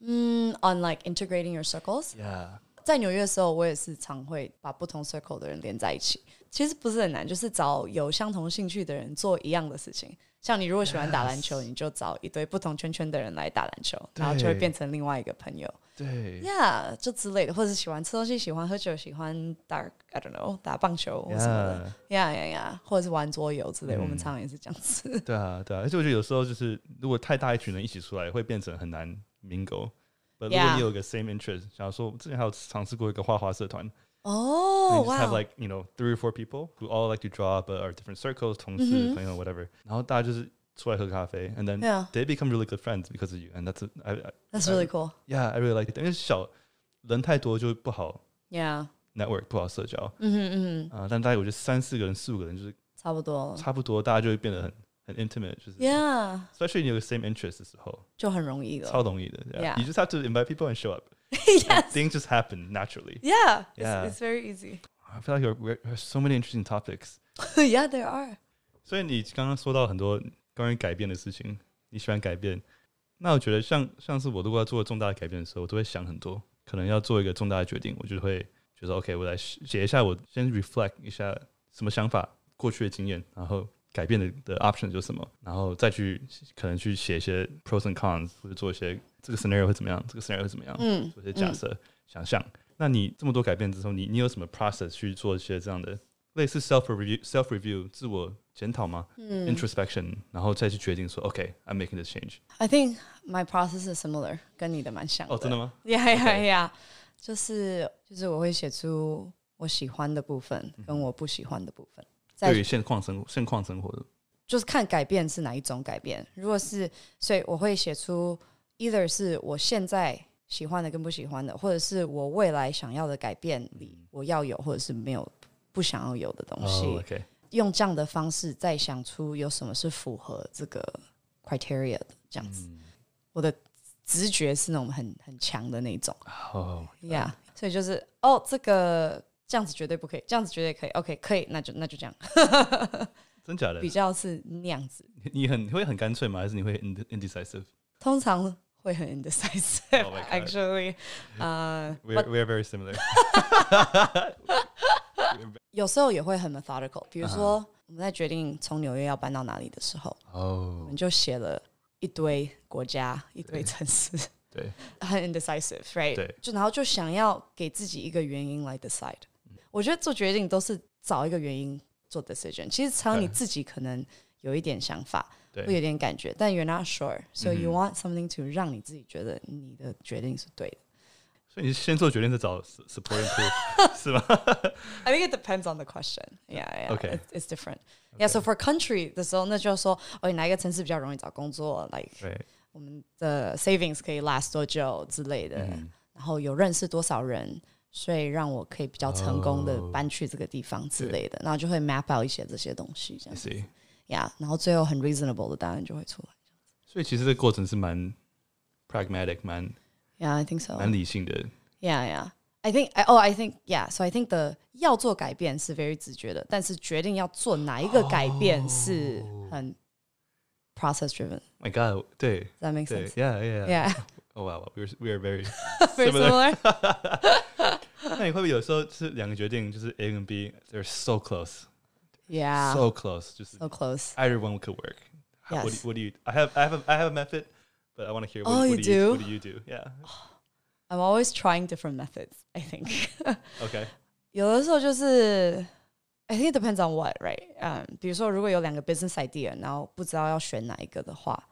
[SPEAKER 1] 嗯，on like integrating your circles.
[SPEAKER 3] Yeah.
[SPEAKER 1] 在纽约的时候，我也是常会把不同 circle 的人连在一起。其实不是很难，就是找有相同兴趣的人做一样的事情。像你如果喜欢打篮球你就找一堆不同圈圈的人来打篮球，然后就会
[SPEAKER 3] 对
[SPEAKER 1] 变成另外一个朋友。
[SPEAKER 3] 对。
[SPEAKER 1] Yeah，就之类的，或者喜欢吃东西、喜欢喝酒、喜欢打 I don't know 打棒球或什么
[SPEAKER 3] <laughs>
[SPEAKER 1] 的。Yeah yeah yeah，或者是玩桌游
[SPEAKER 3] 嗯
[SPEAKER 1] 之类，我们常常也是这样
[SPEAKER 3] <laughs>
[SPEAKER 1] 子。
[SPEAKER 3] 对啊，对啊，而且我觉得有时候就是如果太大一群人一起出来，会变成很难 mingle。
[SPEAKER 1] Yeah.
[SPEAKER 3] But 如果你有个 same interest，假如说之前还有尝试过一个画画社团，
[SPEAKER 1] 哦
[SPEAKER 3] you just have
[SPEAKER 1] 哇
[SPEAKER 3] like you know three or four people who all like to draw but are different
[SPEAKER 1] 嗯
[SPEAKER 3] circles,
[SPEAKER 1] 哼。
[SPEAKER 3] 同事、朋友 whatever，然后大家就是出来喝咖啡，and then
[SPEAKER 1] Mm-hmm。 Yeah.
[SPEAKER 3] they become really good friends because of you, and that's a, I, I
[SPEAKER 1] ，That's really cool。
[SPEAKER 3] yeah I really like it. 因为小人太多就不好
[SPEAKER 1] Yeah，
[SPEAKER 3] network 不好社交，
[SPEAKER 1] 嗯哼嗯哼，
[SPEAKER 3] 啊、但大概我觉得三四个人、四五个人就是
[SPEAKER 1] 差不多了。
[SPEAKER 3] 差不多，大家就会变得很很 intimate，就是
[SPEAKER 1] Yeah，
[SPEAKER 3] especially 你有个 same interest 的时候，
[SPEAKER 1] 就很容易了。
[SPEAKER 3] 超容易的。
[SPEAKER 1] Yeah.
[SPEAKER 3] You just have to invite people and show up.
[SPEAKER 1] <laughs> yes。
[SPEAKER 3] Things just happen naturally.
[SPEAKER 1] Yeah,
[SPEAKER 3] Yeah.
[SPEAKER 1] It's, it's very easy. <laughs>
[SPEAKER 3] I feel like there are so many interesting topics.
[SPEAKER 1] yeah, there are.
[SPEAKER 3] 所以你刚刚说到很多关于改变的事情，你喜欢改变。那我觉得像像是我如果要做重大的改变的时候，我都会想很多，可能要做一个重大的决定，我就会觉得 OK，我来写一下，我先 reflect 一下什么想法、过去的经验，然后改变的的 option 就是什么，然后再去可能去写一些 pros and cons，或者做一些这个 scenario 会怎么样，这个 scenario 会怎么样，
[SPEAKER 1] 嗯
[SPEAKER 3] 做一些假设、想象。那你这么多改变之后，你你有什么 process 去做一些这样的类似 self review、self review 自我检讨吗、i
[SPEAKER 1] Hmm. 嗯
[SPEAKER 3] n t r o s p e c t i o n 然后再去决定说 OK，I'm、making this change。
[SPEAKER 1] I think my process is similar. 跟你的蛮像
[SPEAKER 3] Oh, 哦，真的吗？
[SPEAKER 1] Yeah, yeah,
[SPEAKER 3] Okay.
[SPEAKER 1] yeah. 就是就是我会写出我喜欢的部分跟我不喜欢的部分，再
[SPEAKER 3] 对于现况生活、现况生活的，
[SPEAKER 1] 就是看改变是哪一种改变。如果是，所以我会写出，either 是我现在喜欢的跟不喜欢的，或者是我未来想要的改变里我要有或者是没有不想要有的东西。
[SPEAKER 3] 哦，OK，
[SPEAKER 1] 用这样的方式再想出有什么是符合这个 criteria 的，这样
[SPEAKER 3] 嗯
[SPEAKER 1] 子。我的直觉是那种很很强的那种
[SPEAKER 3] 哦，
[SPEAKER 1] ，Yeah，所以就是哦，这个这样子绝对不可以，这样子绝对可以，OK，可以，那就那就这样，
[SPEAKER 3] 真假的
[SPEAKER 1] 比？较是那样子，
[SPEAKER 3] 你你很你会很干脆吗？还是你会 ind- indecisive？
[SPEAKER 1] 通常会很 indecisive、
[SPEAKER 3] Oh my God
[SPEAKER 1] actually，呃、
[SPEAKER 3] <laughs> We're we're
[SPEAKER 1] <laughs>
[SPEAKER 3] very similar.
[SPEAKER 1] 有时候也会很 methodical，比如
[SPEAKER 3] 啊
[SPEAKER 1] 说、我们在决定从纽约要搬到哪里的时候，我
[SPEAKER 3] 哦，
[SPEAKER 1] 们就写了一堆国家、一堆城市。
[SPEAKER 3] 对，
[SPEAKER 1] <laughs> 很 indecisive，right？
[SPEAKER 3] 对
[SPEAKER 1] 就然后就想要给自己一个原因来 decide。我觉得做决定都是找一个原因做 decision。其实常常你
[SPEAKER 3] 对
[SPEAKER 1] 自己可能有一点想法，
[SPEAKER 3] 对 Mm-hmm.
[SPEAKER 1] 会有点感觉，但 you're not sure，so you
[SPEAKER 3] 嗯
[SPEAKER 1] want something to 让你自己觉得你的决定是对的。
[SPEAKER 3] 所以你是先做决定再找 su- support and
[SPEAKER 1] <laughs>
[SPEAKER 3] proof <laughs> 是吧？
[SPEAKER 1] I think it depends on the question. Yeah, yeah.
[SPEAKER 3] Okay.
[SPEAKER 1] It's, it's different. Yeah, so for country 的时候，那就要说，哦，哪一个城市比较容易找工作？Like
[SPEAKER 3] 对，
[SPEAKER 1] 我们的 savings 可以 last 多久之类的，
[SPEAKER 3] 嗯
[SPEAKER 1] 然后有认识多少人，所以让我可以比较成功的
[SPEAKER 3] 哦
[SPEAKER 1] 搬去这个地方之类的，然后就会 map out 一些这些东西，这样子
[SPEAKER 3] see。
[SPEAKER 1] 呀然后最后很 reasonable 的答案就会出来。
[SPEAKER 3] 所以其实这个过程是蛮 pragmatic，蛮
[SPEAKER 1] Yeah, I think so.
[SPEAKER 3] 蛮理性的。
[SPEAKER 1] Yeah, yeah. I think, I, oh, I think, yeah. So I think the 要做改变是 very 直觉的，但是决定要做哪一个改变
[SPEAKER 3] 哦
[SPEAKER 1] 是很 process driven.
[SPEAKER 3] My God，对
[SPEAKER 1] Does that make
[SPEAKER 3] 对
[SPEAKER 1] sense?
[SPEAKER 3] ，Yeah Yeah，
[SPEAKER 1] Yeah.
[SPEAKER 3] oh wow, we were we are very <laughs>
[SPEAKER 1] <laughs> Very similar.
[SPEAKER 3] 那你会不会有时候是两个决定，就是 A 跟 B，they're so close,
[SPEAKER 1] Yeah. So,
[SPEAKER 3] so close，就是
[SPEAKER 1] close.
[SPEAKER 3] either one could work. How- What, do
[SPEAKER 1] Yes.
[SPEAKER 3] you, what do you? I have I have a, I have a method, but I want to hear. What,
[SPEAKER 1] Oh,
[SPEAKER 3] what
[SPEAKER 1] you
[SPEAKER 3] You,
[SPEAKER 1] do?
[SPEAKER 3] what do you do?
[SPEAKER 1] <gasps>
[SPEAKER 3] Yeah.
[SPEAKER 1] I'm always trying different methods, I think. <laughs>
[SPEAKER 3] Okay.
[SPEAKER 1] 有的时候就是 I think it depends on what, right? Um, 比如说如果有两个 business idea，然后不知道要选哪一个的话，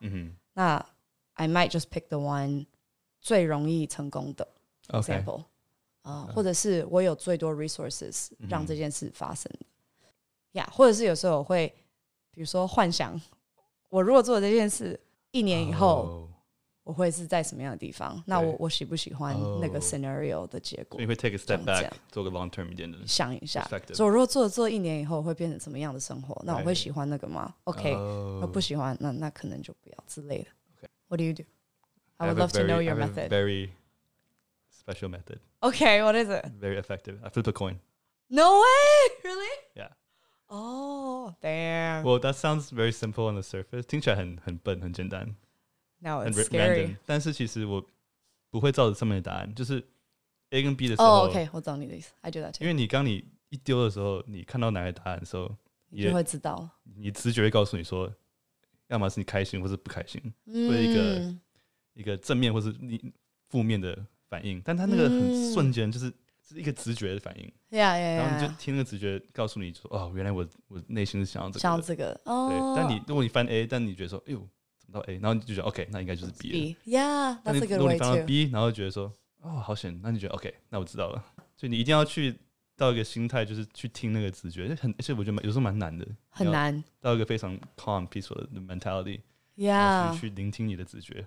[SPEAKER 1] 那
[SPEAKER 3] hmm
[SPEAKER 1] I might just pick the one 最容易成功的
[SPEAKER 3] Okay.
[SPEAKER 1] example，啊、
[SPEAKER 3] 嗯
[SPEAKER 1] 或者是我有最多 resources
[SPEAKER 3] 嗯哼
[SPEAKER 1] 让这件事发生呀或者是有时候我会，比如说幻想，我如果做了这件事，一年以后、
[SPEAKER 3] Oh.
[SPEAKER 1] 我会是在什么样的地方？那我
[SPEAKER 3] 对
[SPEAKER 1] 我喜不喜欢那
[SPEAKER 3] 哦
[SPEAKER 1] 个 scenario 的结果
[SPEAKER 3] So？you take a step
[SPEAKER 1] 这样讲。
[SPEAKER 3] back, 做个 long term 一点的。
[SPEAKER 1] 想一下，
[SPEAKER 3] perspective
[SPEAKER 1] 所以我如果做了做了一年以后会变成什么样的生活？那我会
[SPEAKER 3] Right
[SPEAKER 1] 喜欢那个吗？OK，那
[SPEAKER 3] Oh.
[SPEAKER 1] 不喜欢，那那可能就不要之类的。
[SPEAKER 3] Okay
[SPEAKER 1] What do you do?
[SPEAKER 3] I
[SPEAKER 1] I would
[SPEAKER 3] have a
[SPEAKER 1] love to
[SPEAKER 3] very-
[SPEAKER 1] know
[SPEAKER 3] I
[SPEAKER 1] your
[SPEAKER 3] have a
[SPEAKER 1] method.
[SPEAKER 3] Very special method.
[SPEAKER 1] Okay, what is it?
[SPEAKER 3] Very effective. I flip a coin.
[SPEAKER 1] No way! Really?
[SPEAKER 3] Yeah.
[SPEAKER 1] Oh, damn.
[SPEAKER 3] Well, that sounds very simple on the surface. 听起来很很笨，很简单。
[SPEAKER 1] now
[SPEAKER 3] 很
[SPEAKER 1] it's
[SPEAKER 3] ra-
[SPEAKER 1] scary.
[SPEAKER 3] random，但是其实我不会照着上面的答案，就是 A 跟 B 的时候
[SPEAKER 1] Oh, okay. 我懂你的意思. I do that
[SPEAKER 3] 因
[SPEAKER 1] too.
[SPEAKER 3] 为你刚你一丢的时候，你看到哪个答案的时候，也
[SPEAKER 1] 你就会知道。
[SPEAKER 3] 你直觉会告诉你说，要么是你开心，或是不开心，会一个
[SPEAKER 1] 嗯，
[SPEAKER 3] 一个正面或是你负面的反应。但他那个很
[SPEAKER 1] 嗯
[SPEAKER 3] 瞬间，就是、是一个直觉的反应，
[SPEAKER 1] yeah, yeah,
[SPEAKER 3] 然后
[SPEAKER 1] yeah,
[SPEAKER 3] 你就听那个直觉告诉你说，哦，原来我我内心是想要这个的，
[SPEAKER 1] 像这个，
[SPEAKER 3] 对。
[SPEAKER 1] 哦，
[SPEAKER 3] 但你如果你翻 A，但你觉得说，哎呦，怎么到 A？然后你就觉得 OK，那应该就是 B 了。
[SPEAKER 1] B. Yeah,
[SPEAKER 3] 那
[SPEAKER 1] that's
[SPEAKER 3] 你
[SPEAKER 1] a
[SPEAKER 3] 如
[SPEAKER 1] good
[SPEAKER 3] 果你
[SPEAKER 1] way
[SPEAKER 3] 翻到
[SPEAKER 1] too.
[SPEAKER 3] B，然后觉得说哦好险，那你觉得 OK，那我知道了。所以你一定要去到一个心态，就是去听那个直觉，很而且我觉得蛮有时候蛮难的，
[SPEAKER 1] 很难。
[SPEAKER 3] 到一个非常 calm peaceful 的 mentality，然
[SPEAKER 1] Yeah.
[SPEAKER 3] 后去去聆听你的直觉。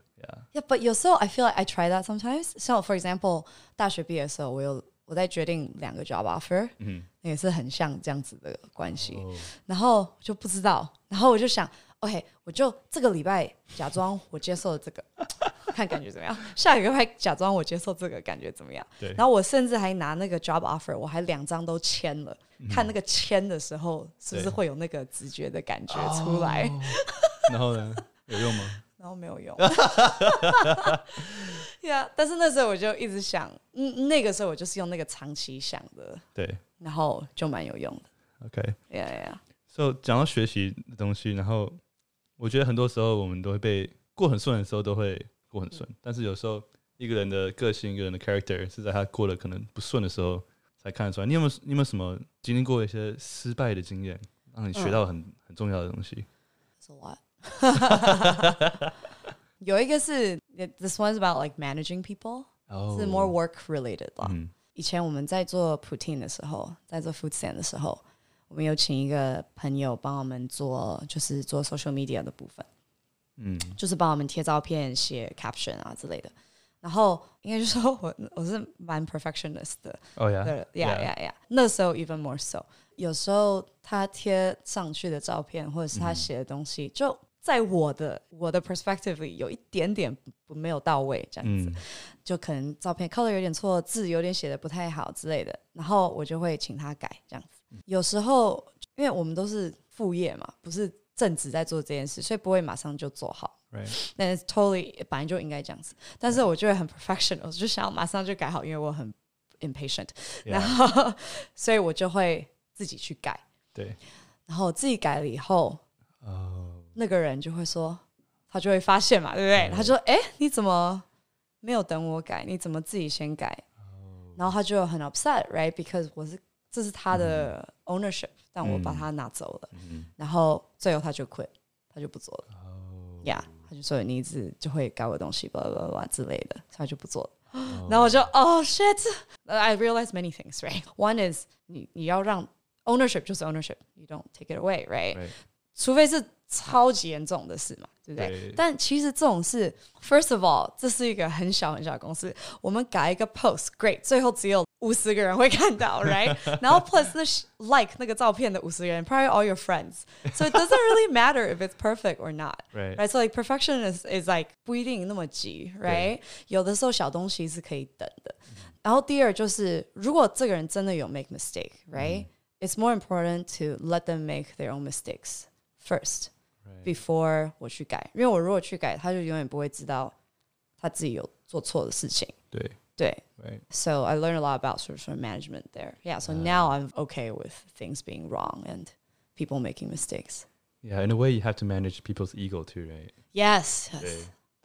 [SPEAKER 3] Yeah，
[SPEAKER 1] Yeah, but 有时候 I feel like I try that sometimes. So for example, 大学毕业的时候，我有我在决定两个 job offer，
[SPEAKER 3] 嗯，
[SPEAKER 1] 也是很像这样子的关系。
[SPEAKER 3] 哦
[SPEAKER 1] 然后就不知道，然后我就想，OK，我就这个礼拜假装我接受了这个， <laughs> 看感觉怎么样；下个礼拜假装我接受这个，感觉怎么样？
[SPEAKER 3] 对
[SPEAKER 1] 然后我甚至还拿那个 job offer，我还两张都签了，看那个签的时候是不是
[SPEAKER 3] 嗯对
[SPEAKER 1] 会有那个直觉的感觉出来，
[SPEAKER 3] 哦然后呢，有用吗？
[SPEAKER 1] 然后没有 <laughs> 用。yeah，但是那时候我就一直想，嗯，那个时候我就是用那个长期想的，
[SPEAKER 3] 对
[SPEAKER 1] 然后就蛮有用的。
[SPEAKER 3] ，OK。
[SPEAKER 1] Yeah, yeah.
[SPEAKER 3] So 讲到学习的东西，然后我觉得很多时候我们都会被过很顺的时候都会过很
[SPEAKER 1] 嗯
[SPEAKER 3] 顺，但是有时候一个人的个性、一个人的 character 是在他过得可能不顺的时候才看得出来。你有没有你有没有什么经历过一些失败的经验，让你学到很、
[SPEAKER 1] 嗯
[SPEAKER 3] 很重要的东西
[SPEAKER 1] It's a lot. <laughs> 有一个是 this one's about like managing people.
[SPEAKER 3] 哦
[SPEAKER 1] 是 more work related 啦。
[SPEAKER 3] 嗯
[SPEAKER 1] 以前我们在做 poutine 的时候，在做 food stand 的时候，我们有请一个朋友帮我们做，就是做 social media 的部分，
[SPEAKER 3] 嗯
[SPEAKER 1] 就是帮我们贴照片、写 caption 啊之类的。然后应该就说我我是蛮 perfectionist 的，
[SPEAKER 3] 哦呀
[SPEAKER 1] 对，yeah yeah yeah，那时候 even more so。有时候他贴上去的照片或者是他写的东西，就在我的我的 perspective 里有一点点不不没有到位，这样子、
[SPEAKER 3] 嗯
[SPEAKER 1] 就可能照片 color 有点错，字有点写的不太好之类的，然后我就会请他改这样子。有时候因为我们都是副业嘛，不是正职在做这件事，所以不会马上就做好。
[SPEAKER 3] ，right
[SPEAKER 1] 那 it's totally 本来就应该这样子，但是我就会很 perfection，我就想要马上就改好，因为我很 impatient，、然
[SPEAKER 3] yeah
[SPEAKER 1] 后所以我就会自己去改，
[SPEAKER 3] 对
[SPEAKER 1] 然后自己改了以后，
[SPEAKER 3] 哦
[SPEAKER 1] 那个人就会说，他就会发现嘛，对不对？
[SPEAKER 3] 嗯
[SPEAKER 1] 他就说，哎、你怎么没有等我改？你怎么自己先改？
[SPEAKER 3] Oh，
[SPEAKER 1] 然后他就很 upset，right？Because 我是这是他的 ownership，、但我把
[SPEAKER 3] 嗯
[SPEAKER 1] 他拿走了，
[SPEAKER 3] 嗯
[SPEAKER 1] 然后最后他就 quit，他就不做了。
[SPEAKER 3] 哦
[SPEAKER 1] 呀，他就说你一直就会改我东西，巴拉巴拉巴拉之类的，所以他就不做了。
[SPEAKER 3] 哦
[SPEAKER 1] 然后我就哦、shit。I realize many things, right? One is 你你要让 ownership 就是 ownership, you don't take it away, right?
[SPEAKER 3] Right
[SPEAKER 1] 除非是超级严重的事嘛，对不对？
[SPEAKER 3] 对
[SPEAKER 1] 但其实这种事，first of all，这是一个很小很小的公司，我们改一个 post，great，最后只有五十个人会看 <laughs> 到，right？然后 plus 那是 like 那个照片的五十个人，probably all your friends，so it doesn't really matter if it's perfect or not。
[SPEAKER 3] right
[SPEAKER 1] right? So like perfection is is like 不一定那么急，right？有的时候小东西是可以等的。然后第二就是，如果这个人真的有 make mistake，right？、It's more important to let them make their own mistakes first
[SPEAKER 3] right
[SPEAKER 1] before 我去改，因为我如果去改，他就永远不会知道他自己有做错的事情。
[SPEAKER 3] 对
[SPEAKER 1] 对
[SPEAKER 3] right
[SPEAKER 1] So I learned a lot about sort of sort of management there. Yeah. So now I'm okay with things being wrong and people making mistakes.
[SPEAKER 3] yeah in a way you have to manage people's ego too right
[SPEAKER 1] Yes. yes
[SPEAKER 3] 对 uh,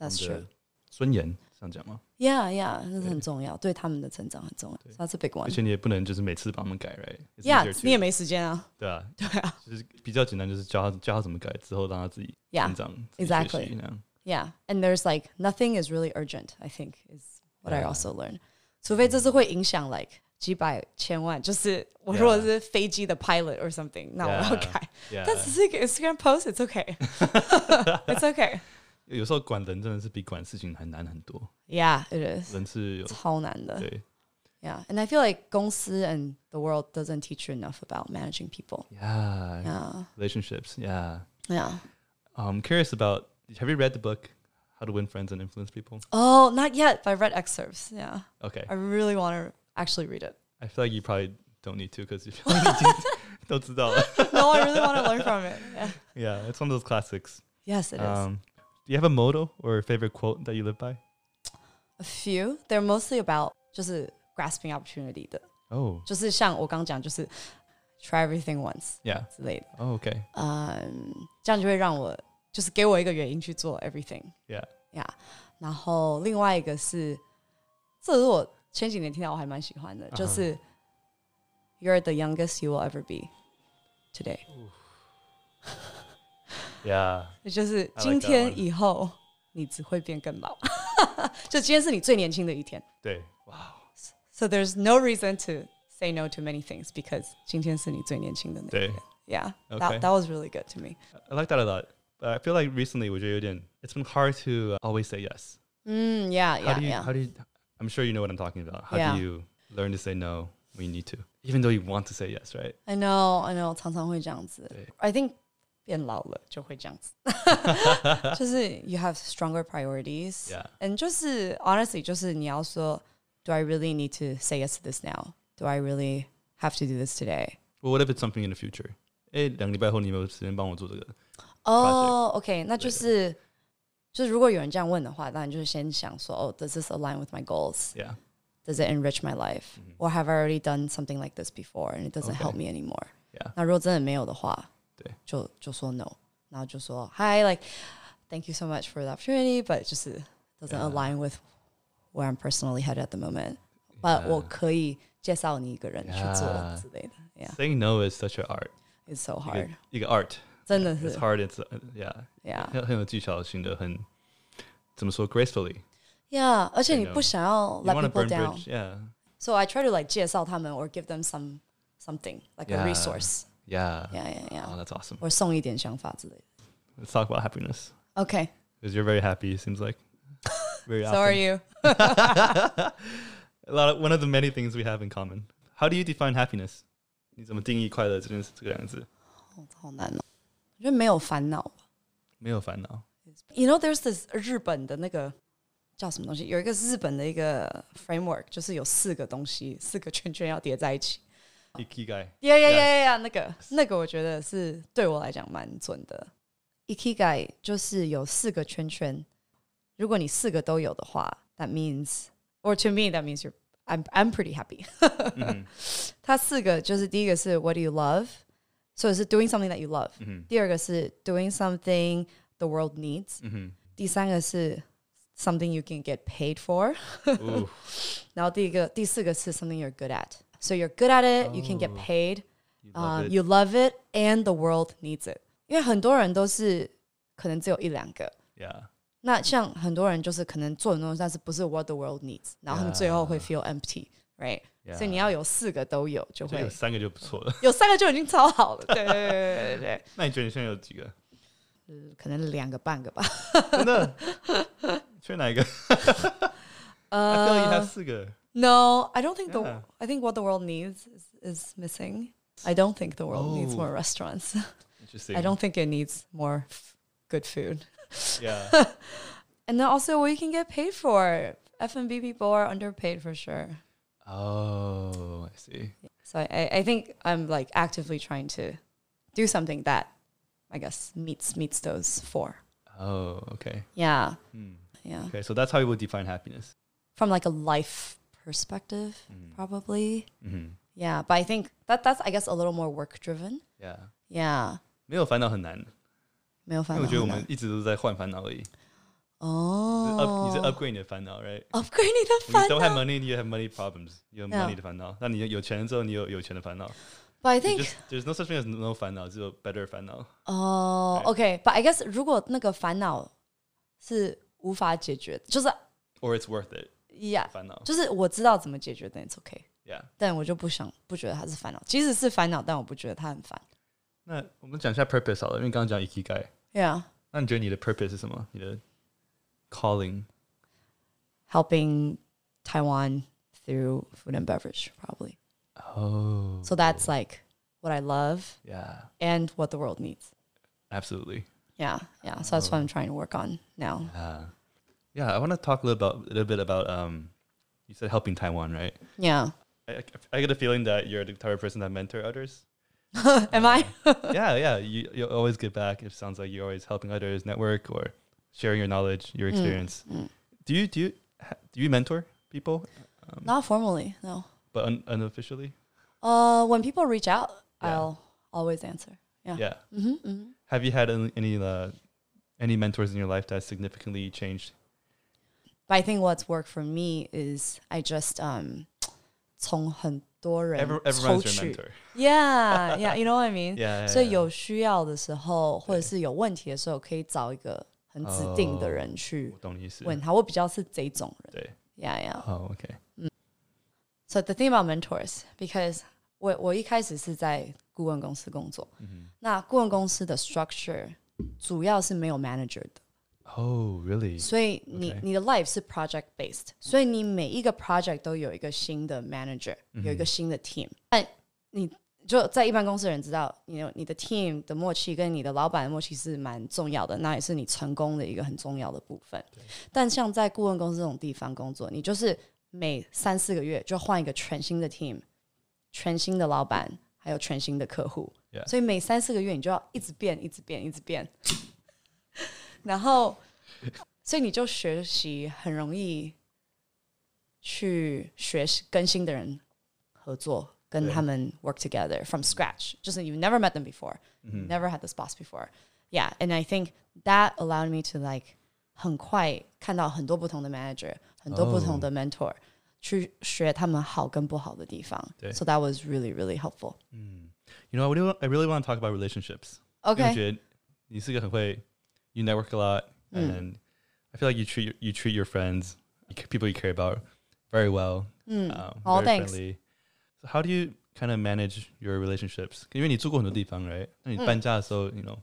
[SPEAKER 1] that's true.
[SPEAKER 3] 尊严上讲吗？
[SPEAKER 1] Yeah. Yeah. 那是很重要，对他们的成长很重要。So that's a big
[SPEAKER 3] 而
[SPEAKER 1] one.
[SPEAKER 3] 且你也不能就是每次帮他们改，right？It's
[SPEAKER 1] Yeah.
[SPEAKER 3] easier to-
[SPEAKER 1] <laughs> 你也没时间啊。
[SPEAKER 3] 对啊，对啊，就是比较简单，就是教他教他怎么改，之后让他自己
[SPEAKER 1] Yeah.
[SPEAKER 3] 成长自己
[SPEAKER 1] exactly
[SPEAKER 3] 学习那样
[SPEAKER 1] Yeah, and there's like nothing is really urgent. I think is what I
[SPEAKER 3] Yeah.
[SPEAKER 1] also learned. 除非这是会影响 like 几百千万，就是我如果是飞机的 pilot or something，那我要
[SPEAKER 3] Yeah.
[SPEAKER 1] 改。但只
[SPEAKER 3] Yeah，
[SPEAKER 1] 是一个 Instagram post，it's okay, <laughs> it's okay. <laughs>
[SPEAKER 3] 有时候管人真的是比管事情还难很多，
[SPEAKER 1] Yeah, it
[SPEAKER 3] <laughs>
[SPEAKER 1] is
[SPEAKER 3] 人是有
[SPEAKER 1] 超难的。
[SPEAKER 3] 对
[SPEAKER 1] Yeah, and I feel like 公司 and the world doesn't teach you enough about managing people. Yeah,
[SPEAKER 3] ，Yeah，relationships，Yeah。yeah.
[SPEAKER 1] yeah.
[SPEAKER 3] I'm curious about have you read the book How to Win Friends and Influence People?
[SPEAKER 1] Oh, not yet. But I read excerpts. Yeah,
[SPEAKER 3] Okay.
[SPEAKER 1] I really want to actually read it. <laughs>
[SPEAKER 3] I feel like you probably don't need to because you <laughs> don't do that.
[SPEAKER 1] No, I really want to learn from it. Yeah.
[SPEAKER 3] Yeah, it's one of those classics.
[SPEAKER 1] Yes, it is.
[SPEAKER 3] Um, do you have a motto or a favorite quote that you live by?
[SPEAKER 1] A few. They're mostly about 就是 grasping opportunity
[SPEAKER 3] Oh,
[SPEAKER 1] 的，就是像我刚讲，就是 try everything once Um,
[SPEAKER 3] yeah.
[SPEAKER 1] 之类的。嗯，这样就会让我就是给我一个原因去做
[SPEAKER 3] Oh, okay.
[SPEAKER 1] everything。
[SPEAKER 3] Yeah.
[SPEAKER 1] 呀。然后另外一个是，这是我
[SPEAKER 3] Uh-huh.
[SPEAKER 1] 前几年听到我还蛮喜欢的，就是 You're the youngest you will ever be today，
[SPEAKER 3] Yeah.
[SPEAKER 1] 就是
[SPEAKER 3] I
[SPEAKER 1] 今
[SPEAKER 3] like that
[SPEAKER 1] 天
[SPEAKER 3] one.
[SPEAKER 1] 以后你只会变更老， <laughs> 就今天是你最年轻的一天。
[SPEAKER 3] 对. Wow.
[SPEAKER 1] So there's no reason to say no to many things because 今天是你最年轻的那一天。
[SPEAKER 3] 对。
[SPEAKER 1] Yeah,
[SPEAKER 3] Okay.
[SPEAKER 1] that, that was really good to me.
[SPEAKER 3] I like that a lot. But I feel like recently, 我觉得有点- it's been hard to uh, always say yes.
[SPEAKER 1] Mm, yeah,
[SPEAKER 3] How
[SPEAKER 1] yeah,
[SPEAKER 3] do you,
[SPEAKER 1] yeah.
[SPEAKER 3] how do you, I'm sure you know what I'm talking about. How
[SPEAKER 1] Yeah.
[SPEAKER 3] do you learn to say no when you need to? Even though you want to say yes,
[SPEAKER 1] <laughs>
[SPEAKER 3] right? <laughs>
[SPEAKER 1] I know, I know, 常常会这样子。
[SPEAKER 3] 对。
[SPEAKER 1] I think
[SPEAKER 3] <laughs>
[SPEAKER 1] 变老了就会这样子。就是 you have stronger priorities.
[SPEAKER 3] Yeah.
[SPEAKER 1] And 就是 honestly 就是你要说 do I really need to say yes to this now? Do I really have to do this today?
[SPEAKER 3] Well, what if it's something in the future? 哎，两个礼拜后你有没有时间帮我做这个？
[SPEAKER 1] 哦、o k 那就是就是如果有人这样问的话，当然就是先想说，哦、d o e s this align with my goals?
[SPEAKER 3] Yeah.
[SPEAKER 1] Does it enrich my life?
[SPEAKER 3] Mm-hmm.
[SPEAKER 1] Or have I already done something like this before and it doesn't help me anymore?
[SPEAKER 3] Yeah.
[SPEAKER 1] 那如果真的没有的话，
[SPEAKER 3] 对，
[SPEAKER 1] 就就说 no，然后就说 Hi, like thank you so much for the opportunity, but 就是 doesn't
[SPEAKER 3] Yeah.
[SPEAKER 1] align with where I'm personally headed at the moment. But 我可以介绍你一个人去做
[SPEAKER 3] Yeah.
[SPEAKER 1] 之类的。Yeah,
[SPEAKER 3] Saying no is such an art.
[SPEAKER 1] it's so
[SPEAKER 3] 一个
[SPEAKER 1] hard，
[SPEAKER 3] 一个 art.
[SPEAKER 1] 真的
[SPEAKER 3] It's
[SPEAKER 1] 是
[SPEAKER 3] hard. It's uh, yeah.
[SPEAKER 1] Yeah.
[SPEAKER 3] 很很有技巧性的，很怎么说 gracefully.
[SPEAKER 1] Yeah，而且
[SPEAKER 3] Say
[SPEAKER 1] 你
[SPEAKER 3] no.
[SPEAKER 1] 不想要
[SPEAKER 3] You
[SPEAKER 1] let
[SPEAKER 3] want to
[SPEAKER 1] people
[SPEAKER 3] burn
[SPEAKER 1] down。
[SPEAKER 3] bridge. Yeah.
[SPEAKER 1] So I try to like 介绍他们 or give them some something like
[SPEAKER 3] Yeah.
[SPEAKER 1] a resource.
[SPEAKER 3] Yeah.
[SPEAKER 1] Yeah, yeah, yeah.
[SPEAKER 3] Oh, that's awesome.
[SPEAKER 1] Or 送一点想法之类的。
[SPEAKER 3] Let's talk about happiness
[SPEAKER 1] Okay,
[SPEAKER 3] because you're very happy. It seems like. Very
[SPEAKER 1] so are you?
[SPEAKER 3] often. <laughs> a lot of one of the many things we have in common. How do you define happiness? 你怎么定义快乐这件事？这个两个字
[SPEAKER 1] 好难哦。我觉得没有烦恼吧。You
[SPEAKER 3] 没有烦恼。
[SPEAKER 1] know, there's this 日本的那个叫什么东西，有一个日本的一个 framework，就是有四个东西，四个圈圈要叠在一起。
[SPEAKER 3] 一 key guy.
[SPEAKER 1] Yeah, yeah, yeah, yeah, yeah. 那个那个，我觉得是对我来讲蛮准的。Ikigai 就是有四个圈圈，如果你四个都有的话，that means or to me that means you're I'm I'm pretty happy <laughs>
[SPEAKER 3] 嗯
[SPEAKER 1] 它四个就是第一个是 What do you love？所以是 doing something that you love。
[SPEAKER 3] 嗯
[SPEAKER 1] 第二个是 doing something the world needs。 <laughs>
[SPEAKER 3] 嗯
[SPEAKER 1] 第三个是 something you can get paid for。
[SPEAKER 3] 嗯。Ooh.
[SPEAKER 1] 然后第一个第四个是 something you're good at。So you're good at it, you can get
[SPEAKER 3] Oh.
[SPEAKER 1] paid.
[SPEAKER 3] You love
[SPEAKER 1] um,
[SPEAKER 3] it.
[SPEAKER 1] you love it and the world needs it. 因为很多人都是可能只有一两个，
[SPEAKER 3] Yeah.
[SPEAKER 1] 那像很多人就是可能做很多东西，但是不是 what the world needs，然后他们最后会 feel empty，right？、
[SPEAKER 3] Yeah.
[SPEAKER 1] 所以你要有四个都有，就
[SPEAKER 3] 这
[SPEAKER 1] 会
[SPEAKER 3] 有三 <laughs> 个就不错了。
[SPEAKER 1] 有三个就已经超好了。对对对对对
[SPEAKER 3] <laughs>
[SPEAKER 1] 对
[SPEAKER 3] 那你觉得你现在有几个？ <laughs>
[SPEAKER 1] 对，可能两个半个吧。
[SPEAKER 3] 真的？缺哪一个？I feel like you
[SPEAKER 1] Uh,
[SPEAKER 3] have 四个。
[SPEAKER 1] No, I don't think the
[SPEAKER 3] Yeah.
[SPEAKER 1] I think what the world needs is, is missing. I don't think the world needs
[SPEAKER 3] Oh.
[SPEAKER 1] more restaurants.
[SPEAKER 3] Interesting.
[SPEAKER 1] I don't think it needs more f- good food.
[SPEAKER 3] <laughs> Yeah.
[SPEAKER 1] And then also what you can get paid for. F and B people are underpaid for sure.
[SPEAKER 3] oh, I see.
[SPEAKER 1] So I, I- I think I'm like actively trying to do something that I guess meets meets those four.
[SPEAKER 3] Oh, okay.
[SPEAKER 1] Yeah. Yeah.
[SPEAKER 3] Okay, so that's how we would define happiness.
[SPEAKER 1] From like a life perspective, probably.
[SPEAKER 3] Mm-hmm.
[SPEAKER 1] Yeah. But I think that that's I guess a little more work driven.
[SPEAKER 3] Yeah，
[SPEAKER 1] Yeah.
[SPEAKER 3] 没有烦恼很难，
[SPEAKER 1] 没有
[SPEAKER 3] 因
[SPEAKER 1] 烦
[SPEAKER 3] 为
[SPEAKER 1] 恼
[SPEAKER 3] 我觉得我
[SPEAKER 1] 很
[SPEAKER 3] 们
[SPEAKER 1] 难
[SPEAKER 3] 一直都在换烦恼而已。
[SPEAKER 1] 哦，
[SPEAKER 3] 你是 up，你是 upgrade 你的烦恼，right？
[SPEAKER 1] upgrade 你的
[SPEAKER 3] When
[SPEAKER 1] 烦
[SPEAKER 3] You don't
[SPEAKER 1] 恼。
[SPEAKER 3] have money, you have money problems. You have
[SPEAKER 1] Yeah.
[SPEAKER 3] money 的烦恼。那你有钱之后，你有有钱的烦恼。
[SPEAKER 1] But I
[SPEAKER 3] You
[SPEAKER 1] think
[SPEAKER 3] just- There's no such thing as no 烦恼，只有 better 烦恼。
[SPEAKER 1] 哦、
[SPEAKER 3] 对
[SPEAKER 1] o k but I guess 如果那个烦恼是无法解决，就是
[SPEAKER 3] Or it's worth it.
[SPEAKER 1] Yeah，
[SPEAKER 3] 烦恼。
[SPEAKER 1] 就是我知道怎么解决，但 it's okay。
[SPEAKER 3] Yeah.
[SPEAKER 1] 但我就不想不觉得它是烦恼，即使是烦恼，但我不觉得它很烦。
[SPEAKER 3] 那我们讲一下 purpose 好了，因为刚刚讲 ikigai。
[SPEAKER 1] Yeah，helping
[SPEAKER 3] 那你觉得你的 purpose 是什么？你的 calling？
[SPEAKER 1] Taiwan through food and beverage probably.
[SPEAKER 3] 哦
[SPEAKER 1] So that's like what I love
[SPEAKER 3] Oh. yeah,
[SPEAKER 1] and what the world needs.
[SPEAKER 3] absolutely.
[SPEAKER 1] Yeah, yeah. So that's what I'm trying to work on now.
[SPEAKER 3] Yeah. Yeah, I want to talk a little about a little bit about um you said helping Taiwan, right?
[SPEAKER 1] Yeah.
[SPEAKER 3] I, I, I get a feeling that you're the type of person that mentor
[SPEAKER 1] <laughs>
[SPEAKER 3] others.
[SPEAKER 1] Am I?
[SPEAKER 3] yeah, yeah. You you always give back. It sounds like you're always helping others network or sharing your knowledge,
[SPEAKER 1] Mm,
[SPEAKER 3] your experience. Do you do you ha- do you mentor people,
[SPEAKER 1] Not formally, no.
[SPEAKER 3] but un- unofficially?
[SPEAKER 1] Uh, when people reach out,
[SPEAKER 3] Yeah.
[SPEAKER 1] I'll always answer. Yeah.
[SPEAKER 3] Yeah.
[SPEAKER 1] hmm hmm
[SPEAKER 3] Have you had any any, uh, any mentors in your life that significantly changed?
[SPEAKER 1] But I think what's worked for me is I just um 从很多人
[SPEAKER 3] Every, everyone's
[SPEAKER 1] 抽
[SPEAKER 3] your
[SPEAKER 1] 取。
[SPEAKER 3] mentor.
[SPEAKER 1] Yeah, yeah, you know what I mean?
[SPEAKER 3] <laughs> Yeah, yeah,
[SPEAKER 1] 所以
[SPEAKER 3] yeah.
[SPEAKER 1] 有需要的时候，或者是有问题的时候，可以找一个很指定的人去
[SPEAKER 3] 我懂你意思。
[SPEAKER 1] 问他。我比较是这种人。
[SPEAKER 3] 对。
[SPEAKER 1] Yeah, yeah.
[SPEAKER 3] Oh, okay.
[SPEAKER 1] So the thing about mentors, because 我我一开始是在顾问公司工作，那顾问公司的 structure 主要是没有 manager 的。
[SPEAKER 3] Oh, really?
[SPEAKER 1] 所以你
[SPEAKER 3] OK
[SPEAKER 1] 你的 life 是 project based，所以你每一个 project 都有一个新的 manager，有一
[SPEAKER 3] 嗯
[SPEAKER 1] 个新的 team。但你就在一般公司的人知道，你有你的 team 的默契跟你的老板的默契是蛮重要的，那也是你成功的一个很重要的部分。但像在顾问公司这种地方工作，你就是每三四个月就换一个全新的 team，全新的老板，还有全新的客户。
[SPEAKER 3] Yeah
[SPEAKER 1] 所以每三四个月你就要一直变，一直变，一直变。然后，所以你就学习很容易去学习跟新的人合作，跟
[SPEAKER 3] 对
[SPEAKER 1] 他们 work together from scratch. 就是 you've never met them before, never had this boss before. Yeah, and I think that allowed me to like 很快看到很多不同的 manager，很多不同的 mentor，、去学他们好跟不好的地方。
[SPEAKER 3] 对
[SPEAKER 1] So that was really really helpful.
[SPEAKER 3] Hmm. You know, I really, want, I really want to talk about relationships. 因为我
[SPEAKER 1] Okay.
[SPEAKER 3] 觉得你是一个很会，you network a lot,
[SPEAKER 1] Hmm.
[SPEAKER 3] and I feel like you treat your, you treat your friends, you ca- people you care about, very well.
[SPEAKER 1] Hmm.
[SPEAKER 3] um,
[SPEAKER 1] Aw,
[SPEAKER 3] very
[SPEAKER 1] thanks.
[SPEAKER 3] friendly. So how do you kind of manage your relationships? 因为你住过很多地方，right？那你
[SPEAKER 1] Hmm.
[SPEAKER 3] 搬家的时候，you know,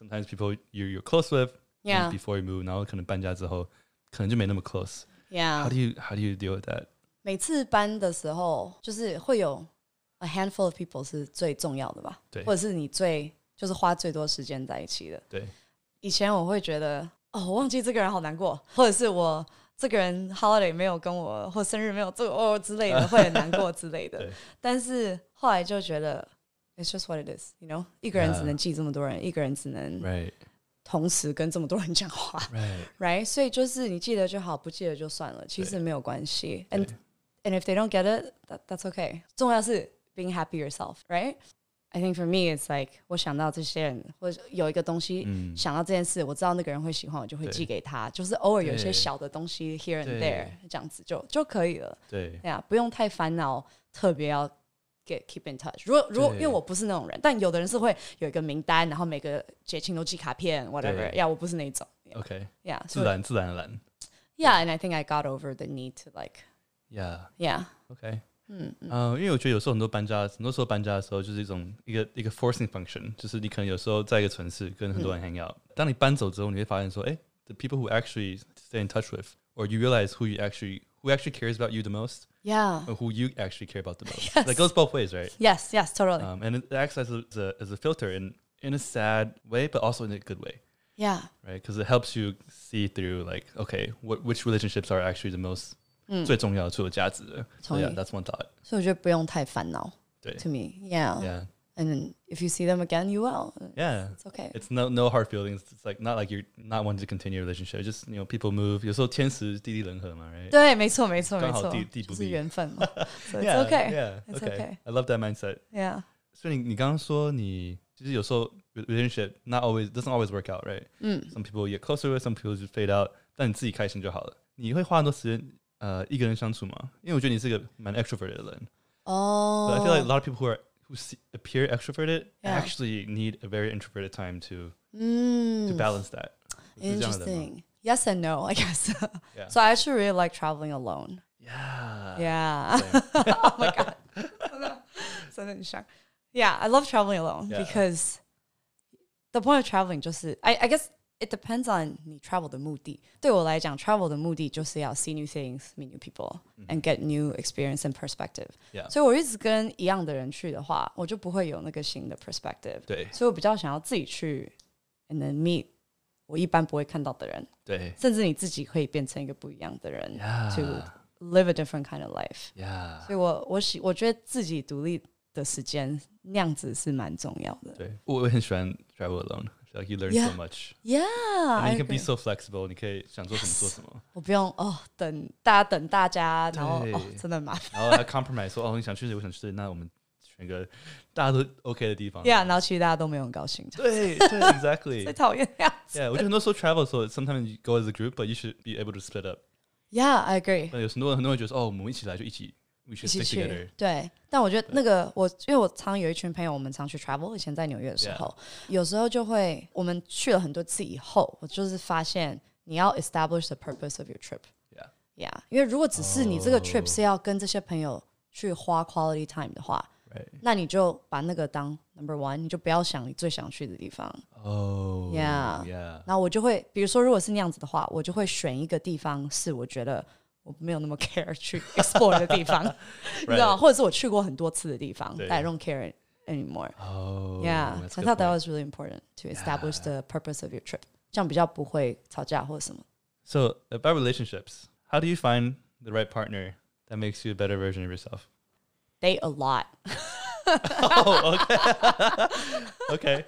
[SPEAKER 3] sometimes people you you're close with
[SPEAKER 1] Yeah.
[SPEAKER 3] before you move，然后可能搬家之后，可能就没那么 close.
[SPEAKER 1] Yeah.
[SPEAKER 3] How do you how do you deal with that?
[SPEAKER 1] 每次搬的时候，就是会有 a handful of people 是最重要的吧？
[SPEAKER 3] 对
[SPEAKER 1] 或者是你最就是花最多时间在一起的。
[SPEAKER 3] 对，
[SPEAKER 1] 以前我会觉得，哦，我忘记这个人好难过，或者是我这个人 holiday 没有跟我，或生日没有这个哦之
[SPEAKER 3] <laughs>
[SPEAKER 1] 类的，会很难过之类的
[SPEAKER 3] 对。
[SPEAKER 1] 但是后来就觉得，it's just what it is，you know，一个人
[SPEAKER 3] Yeah
[SPEAKER 1] 只能记这么多人，一个人只能
[SPEAKER 3] Right,
[SPEAKER 1] 同时跟这么多人讲话。
[SPEAKER 3] right.
[SPEAKER 1] right？所以就是你记得就好，不记得就算了，其实没有关系。And
[SPEAKER 3] 对
[SPEAKER 1] and if they don't get it, that, that's okay. 重要是 being happy yourself, right? I think for me it's like 我想到这些人，或者有一个东西、
[SPEAKER 3] 嗯
[SPEAKER 1] 想到这件事，我知道那个人会喜欢，我就会
[SPEAKER 3] 对
[SPEAKER 1] 寄给他。就是偶尔有一
[SPEAKER 3] 对
[SPEAKER 1] 些小的东西 here
[SPEAKER 3] 对
[SPEAKER 1] and there 这样子就就可以了。
[SPEAKER 3] 对，
[SPEAKER 1] 对啊，不用太烦恼，特别要 get keep in touch。如果如果因为我不是那种人，但有的人是会有一个名单，然后每个节庆都寄卡片，whatever。
[SPEAKER 3] 对
[SPEAKER 1] 呀，我不是那种。
[SPEAKER 3] OK，
[SPEAKER 1] Yeah，所
[SPEAKER 3] 自
[SPEAKER 1] 以
[SPEAKER 3] 然自然而然
[SPEAKER 1] Yeah, and I think I got over the need to like,
[SPEAKER 3] ，Yeah。
[SPEAKER 1] yeah,
[SPEAKER 3] OK，嗯，呃，因为我觉得有时候很多搬家，很多时候搬家的时候就是一种一个一个 forcing function，就是你可能有时候在一个城市跟很多人 hang out，、当你搬走之后，你会发现说，哎，the people who actually stay in touch with or you realize who you actually who actually cares about you the most
[SPEAKER 1] yeah,
[SPEAKER 3] or who you actually care about the <laughs> most.
[SPEAKER 1] Yes.
[SPEAKER 3] That goes both ways, right?
[SPEAKER 1] yes, yes, totally,
[SPEAKER 3] Um, and it acts as a, as a as a filter in in a sad way, but also in a good way.
[SPEAKER 1] yeah,
[SPEAKER 3] right? Because it helps you see through like, okay, what which relationships are actually the most
[SPEAKER 1] Mm.
[SPEAKER 3] 最重要、最有价值的。So
[SPEAKER 1] 同
[SPEAKER 3] yeah,
[SPEAKER 1] 意。
[SPEAKER 3] that's one thought.
[SPEAKER 1] 所以我觉得不用太烦恼。
[SPEAKER 3] 对
[SPEAKER 1] To me, yeah,
[SPEAKER 3] Yeah.
[SPEAKER 1] And then if you see them again, you will.
[SPEAKER 3] Yeah.
[SPEAKER 1] It's okay.
[SPEAKER 3] It's no no hard feelings. It's like not like you're not wanting to continue a relationship. It's Just you know, people move. 有时候天时地利人和嘛, right?
[SPEAKER 1] 对，没错，没错，没错，
[SPEAKER 3] 刚好地-地
[SPEAKER 1] 就
[SPEAKER 3] 不
[SPEAKER 1] 是
[SPEAKER 3] 利。
[SPEAKER 1] 缘
[SPEAKER 3] <laughs>
[SPEAKER 1] 分嘛。so it's
[SPEAKER 3] Yeah,
[SPEAKER 1] okay.
[SPEAKER 3] Yeah.
[SPEAKER 1] It's okay.
[SPEAKER 3] I love that mindset.
[SPEAKER 1] Yeah.
[SPEAKER 3] 所以你你刚刚说你就是有时候 relationship not always doesn't always work out, right?
[SPEAKER 1] 嗯，
[SPEAKER 3] Some people get closer with, some people just fade out. 但你自己开心就好了。你会花很多时间呃一个人相处吗？因为我觉得你是一个蛮 extroverted 的人。
[SPEAKER 1] 哦
[SPEAKER 3] But I feel like a lot of people who are who se appear extroverted
[SPEAKER 1] Yeah.
[SPEAKER 3] actually need a very introverted time to to
[SPEAKER 1] 嗯
[SPEAKER 3] balance that. 是这样的吗？
[SPEAKER 1] mm. ，interesting. Yes and no, I guess. <laughs>
[SPEAKER 3] Yeah.
[SPEAKER 1] So I actually really like traveling alone.
[SPEAKER 3] Yeah.
[SPEAKER 1] Yeah. <laughs>
[SPEAKER 3] Same. Mm.
[SPEAKER 1] oh my god. <laughs> 真的，真的很像。Yeah, I love traveling alone
[SPEAKER 3] Yeah.
[SPEAKER 1] because the point of traveling 就是 I I guess it depends on 你 travel 的目的。对我来讲，travel 的目的就是要 see new things, meet new people, and get new experience and perspective.
[SPEAKER 3] Mm-hmm. Yeah.
[SPEAKER 1] 所以我一直跟一样的人去的话，我就不会有那个新的 perspective。
[SPEAKER 3] 对
[SPEAKER 1] 所以我比较想要自己去，and then meet 我一般不会看到的人，
[SPEAKER 3] 对
[SPEAKER 1] 甚至你自己可以变成一个不一样的人
[SPEAKER 3] Yeah.
[SPEAKER 1] to live a different kind of life。
[SPEAKER 3] Yeah.
[SPEAKER 1] 所以我我喜我觉得自己独立的时间那样子是蛮重要的。
[SPEAKER 3] 对，我我很喜欢 travel alone. I feel like you learn so
[SPEAKER 1] Yeah.
[SPEAKER 3] much.
[SPEAKER 1] Yeah,
[SPEAKER 3] And
[SPEAKER 1] I
[SPEAKER 3] you can be
[SPEAKER 1] agree.
[SPEAKER 3] so flexible. 你可以想做什么做什么。
[SPEAKER 1] 我不用哦，等大家等大家，然后
[SPEAKER 3] 对
[SPEAKER 1] 哦，真的很麻烦。
[SPEAKER 3] 然后还 uh, compromise 说哦，你想去这里，我想去这里，那我们选个大家都 OK 的地方。
[SPEAKER 1] Yeah，然后其实大家都没有很高兴，
[SPEAKER 3] <laughs> 对对
[SPEAKER 1] <laughs>
[SPEAKER 3] ，exactly.
[SPEAKER 1] 最讨厌这样子。
[SPEAKER 3] Yeah, 我觉得很多时候 travel 的时候 sometimes you go as a group, but you should be able to split up.
[SPEAKER 1] Yeah, I agree.
[SPEAKER 3] 但有很多人很多人觉得 "Oh, 说哦，我们一起来就一起，we
[SPEAKER 1] 一
[SPEAKER 3] should
[SPEAKER 1] 起
[SPEAKER 3] stick
[SPEAKER 1] 去
[SPEAKER 3] together。。
[SPEAKER 1] 对，但我觉得那个我，因为我常有一群朋友，我们常去 travel。以前在纽约的时候有时候就会，我们去了很多次以后，我就是发现你要 establish the purpose of your trip。
[SPEAKER 3] Yeah.
[SPEAKER 1] Yeah，因为如果只是你这个
[SPEAKER 3] 哦
[SPEAKER 1] trip 是要跟这些朋友去花 quality time 的话，
[SPEAKER 3] Right.
[SPEAKER 1] 那你就把那个当 number one，你就不要想你最想去的地方。
[SPEAKER 3] Oh.
[SPEAKER 1] Yeah.
[SPEAKER 3] Yeah.
[SPEAKER 1] 然后我就会，比如说，如果是那样子的话，我就会选一个地方是我觉得我没有那么 care 去 <laughs> explore 的地方，你知道吗，或者是我去过很多次的地方
[SPEAKER 3] 对
[SPEAKER 1] ，I don't care anymore。
[SPEAKER 3] Oh.
[SPEAKER 1] Yeah,
[SPEAKER 3] that's
[SPEAKER 1] I
[SPEAKER 3] a good
[SPEAKER 1] thought that
[SPEAKER 3] point.
[SPEAKER 1] was really important to establish the purpose of your trip，这样比较不会吵架或者什么。
[SPEAKER 3] So about relationships, how do you find the right partner that makes you a better version of <laughs> yourself?
[SPEAKER 1] Date a lot，
[SPEAKER 3] oh, okay. <laughs> okay.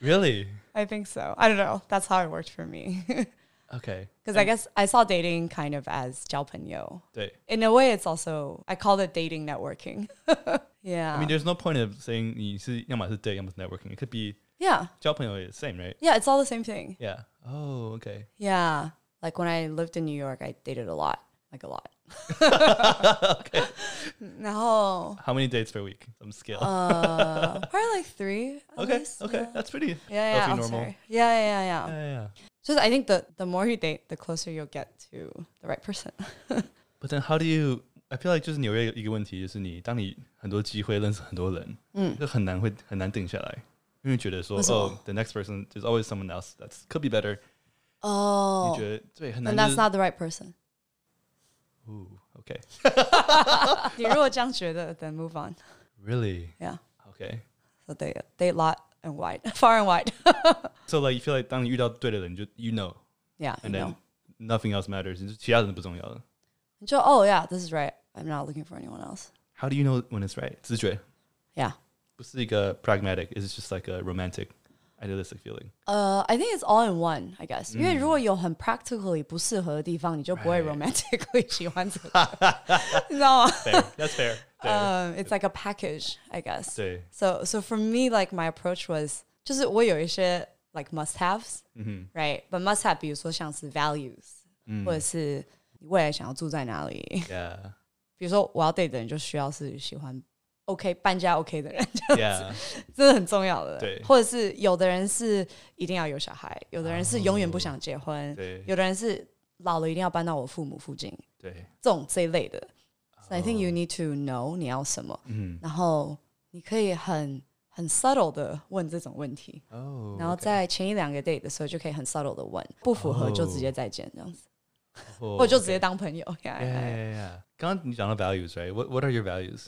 [SPEAKER 3] Really?
[SPEAKER 1] <laughs> I think so. I don't know. That's how it worked for me. <laughs>
[SPEAKER 3] Okay.
[SPEAKER 1] Because I guess I saw dating kind of as 交朋友。
[SPEAKER 3] 对.
[SPEAKER 1] In a way, it's also I call it dating networking. <laughs> yeah.
[SPEAKER 3] I mean, there's no point of saying 你是要么是对，要么是 networking. It could be
[SPEAKER 1] yeah.
[SPEAKER 3] 交朋友 is same, right?
[SPEAKER 1] Yeah, it's all the same thing.
[SPEAKER 3] Yeah. Oh, <laughs> okay.
[SPEAKER 1] Yeah. Like when I lived in New York, I dated a lot, like a lot. <laughs>
[SPEAKER 3] okay.
[SPEAKER 1] No,
[SPEAKER 3] How many dates per week? Some scale. <laughs>
[SPEAKER 1] uh, probably like three. At
[SPEAKER 3] okay.
[SPEAKER 1] least.
[SPEAKER 3] Okay.
[SPEAKER 1] Yeah, Um,
[SPEAKER 3] That's pretty
[SPEAKER 1] yeah, yeah.
[SPEAKER 3] healthy,
[SPEAKER 1] I'm
[SPEAKER 3] normal.
[SPEAKER 1] sorry. Yeah, yeah, yeah,
[SPEAKER 3] Yeah,
[SPEAKER 1] yeah.
[SPEAKER 3] yeah, yeah.
[SPEAKER 1] So I think the the more you date, the closer you'll get to the right
[SPEAKER 3] <laughs>
[SPEAKER 1] person.
[SPEAKER 3] But then, how do you? I feel like 就是你有一个一个问题，就是你当你很多机会认识很多人，
[SPEAKER 1] Hmm.
[SPEAKER 3] 嗯，就很难会很难定下来，因为觉得说
[SPEAKER 1] 为什么
[SPEAKER 3] 哦，the next person is always someone else that could be better。你
[SPEAKER 1] Oh,
[SPEAKER 3] 觉得对很难
[SPEAKER 1] and
[SPEAKER 3] 就
[SPEAKER 1] that's
[SPEAKER 3] 是。
[SPEAKER 1] not the right
[SPEAKER 3] <laughs>
[SPEAKER 1] person. <laughs>
[SPEAKER 3] Ooh, okay,
[SPEAKER 1] 你如果这样觉得, then move on.
[SPEAKER 3] really,
[SPEAKER 1] Yeah.
[SPEAKER 3] okay.
[SPEAKER 1] So they date a lot and wide, <laughs> far and wide.
[SPEAKER 3] So like you feel like 当你遇到对的人，你就 you know,
[SPEAKER 1] yeah. You
[SPEAKER 3] and
[SPEAKER 1] know.
[SPEAKER 3] then nothing else matters，就是其他人不重要了。
[SPEAKER 1] So, oh yeah, this is right. I'm not looking for anyone else.
[SPEAKER 3] How do you know when it's right？直觉
[SPEAKER 1] Yeah.
[SPEAKER 3] 不是一个 pragmatic, it's just like a romantic, idealistic
[SPEAKER 1] <laughs>
[SPEAKER 3] feeling.
[SPEAKER 1] Uh, I think it's all in one, I guess. 因为如果有很 practically 不适合的地方，你就不会
[SPEAKER 3] Mm. Right.
[SPEAKER 1] romantically 喜欢这个，你知道吗？
[SPEAKER 3] Fair, that's fair.
[SPEAKER 1] <laughs>
[SPEAKER 3] 对
[SPEAKER 1] Um, it's like a package, I guess.
[SPEAKER 3] 对
[SPEAKER 1] So, so for me, like my approach was 就是我有一些 like must haves, right? But must have 比如说像是 values，、或者是你未来想要住在哪里。
[SPEAKER 3] Mm.
[SPEAKER 1] <laughs>
[SPEAKER 3] ，yeah,
[SPEAKER 1] 比如说我要对的人就需要是喜欢 OK 搬家 OK 的人， <laughs>
[SPEAKER 3] yeah.
[SPEAKER 1] 这是很重要的。
[SPEAKER 3] 对
[SPEAKER 1] 或者是有的人是一定要有小孩，有的人是永远不想结婚，
[SPEAKER 3] 对
[SPEAKER 1] 有的人是老了一定要搬到我父母附近，
[SPEAKER 3] 对，Oh.
[SPEAKER 1] 这种这一类的。So I think you need to know 你要什么，
[SPEAKER 3] Mm-hmm.
[SPEAKER 1] 然后你可以很很 subtle 的问这种问题，
[SPEAKER 3] 哦
[SPEAKER 1] 然后在前一两个 date 的时候就可以很 subtle 的问，不符合就直接再见这样子，或者就直接当朋友。Yeah, yeah, yeah.
[SPEAKER 3] 哦 yeah, yeah. 刚刚你讲到 values, right? What what are your values?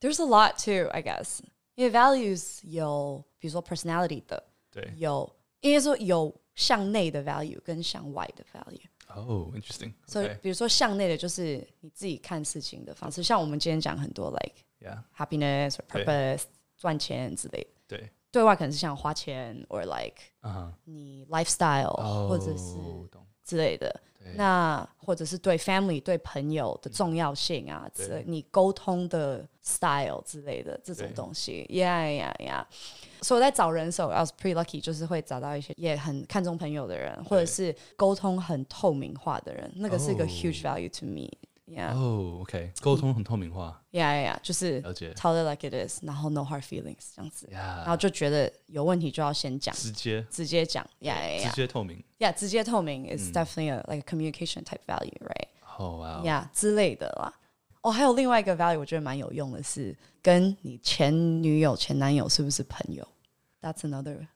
[SPEAKER 1] There's a lot too, I guess. 因为 values 有，比如说 personality 的，
[SPEAKER 3] 对。
[SPEAKER 1] 有，应该说有向内的 value 跟向外的 value。
[SPEAKER 3] Oh, interesting.
[SPEAKER 1] 所以、
[SPEAKER 3] Okay.
[SPEAKER 1] 比如说向内的就是你自己看事情的方式，像我们今天讲很多 like
[SPEAKER 3] Yeah.
[SPEAKER 1] happiness or
[SPEAKER 3] 对
[SPEAKER 1] purpose 赚钱之类的。
[SPEAKER 4] 对，
[SPEAKER 1] 对外可能是想花钱，or like
[SPEAKER 3] 啊，
[SPEAKER 1] 你 lifestyle，、或者是
[SPEAKER 3] 哦懂
[SPEAKER 1] 之类的
[SPEAKER 3] 对。嗯
[SPEAKER 1] 那或者是对 family 对朋友的重要性啊，之类你沟通的 style 之类的这种
[SPEAKER 3] 对
[SPEAKER 1] 东西，yeah yeah yeah。所以我在找人的时候，I was pretty lucky，就是会找到一些也很看重朋友的人，或者是沟通很透明化的人，那个是一个
[SPEAKER 3] 哦
[SPEAKER 1] huge value to me。Yeah,
[SPEAKER 3] 哦，OK，沟通很透明化，
[SPEAKER 1] yeah, yeah, yeah，就是
[SPEAKER 3] 了解
[SPEAKER 1] ，tell it like it is，然后 no hard feelings 这样子，嗯然后
[SPEAKER 3] 呀，
[SPEAKER 1] 就觉得有问题就要先讲，
[SPEAKER 4] 直接
[SPEAKER 1] 直接讲，yeah, yeah, yeah.
[SPEAKER 3] 直接透明，
[SPEAKER 1] yeah, 直接透明
[SPEAKER 3] 嗯
[SPEAKER 1] is definitely a like a communication type value, right?
[SPEAKER 3] 哦哇，
[SPEAKER 1] Yeah，之类的啦。哦，还有另外一个 value，我觉得蛮有用的是，跟你前女友、前男友是不是朋友？That's another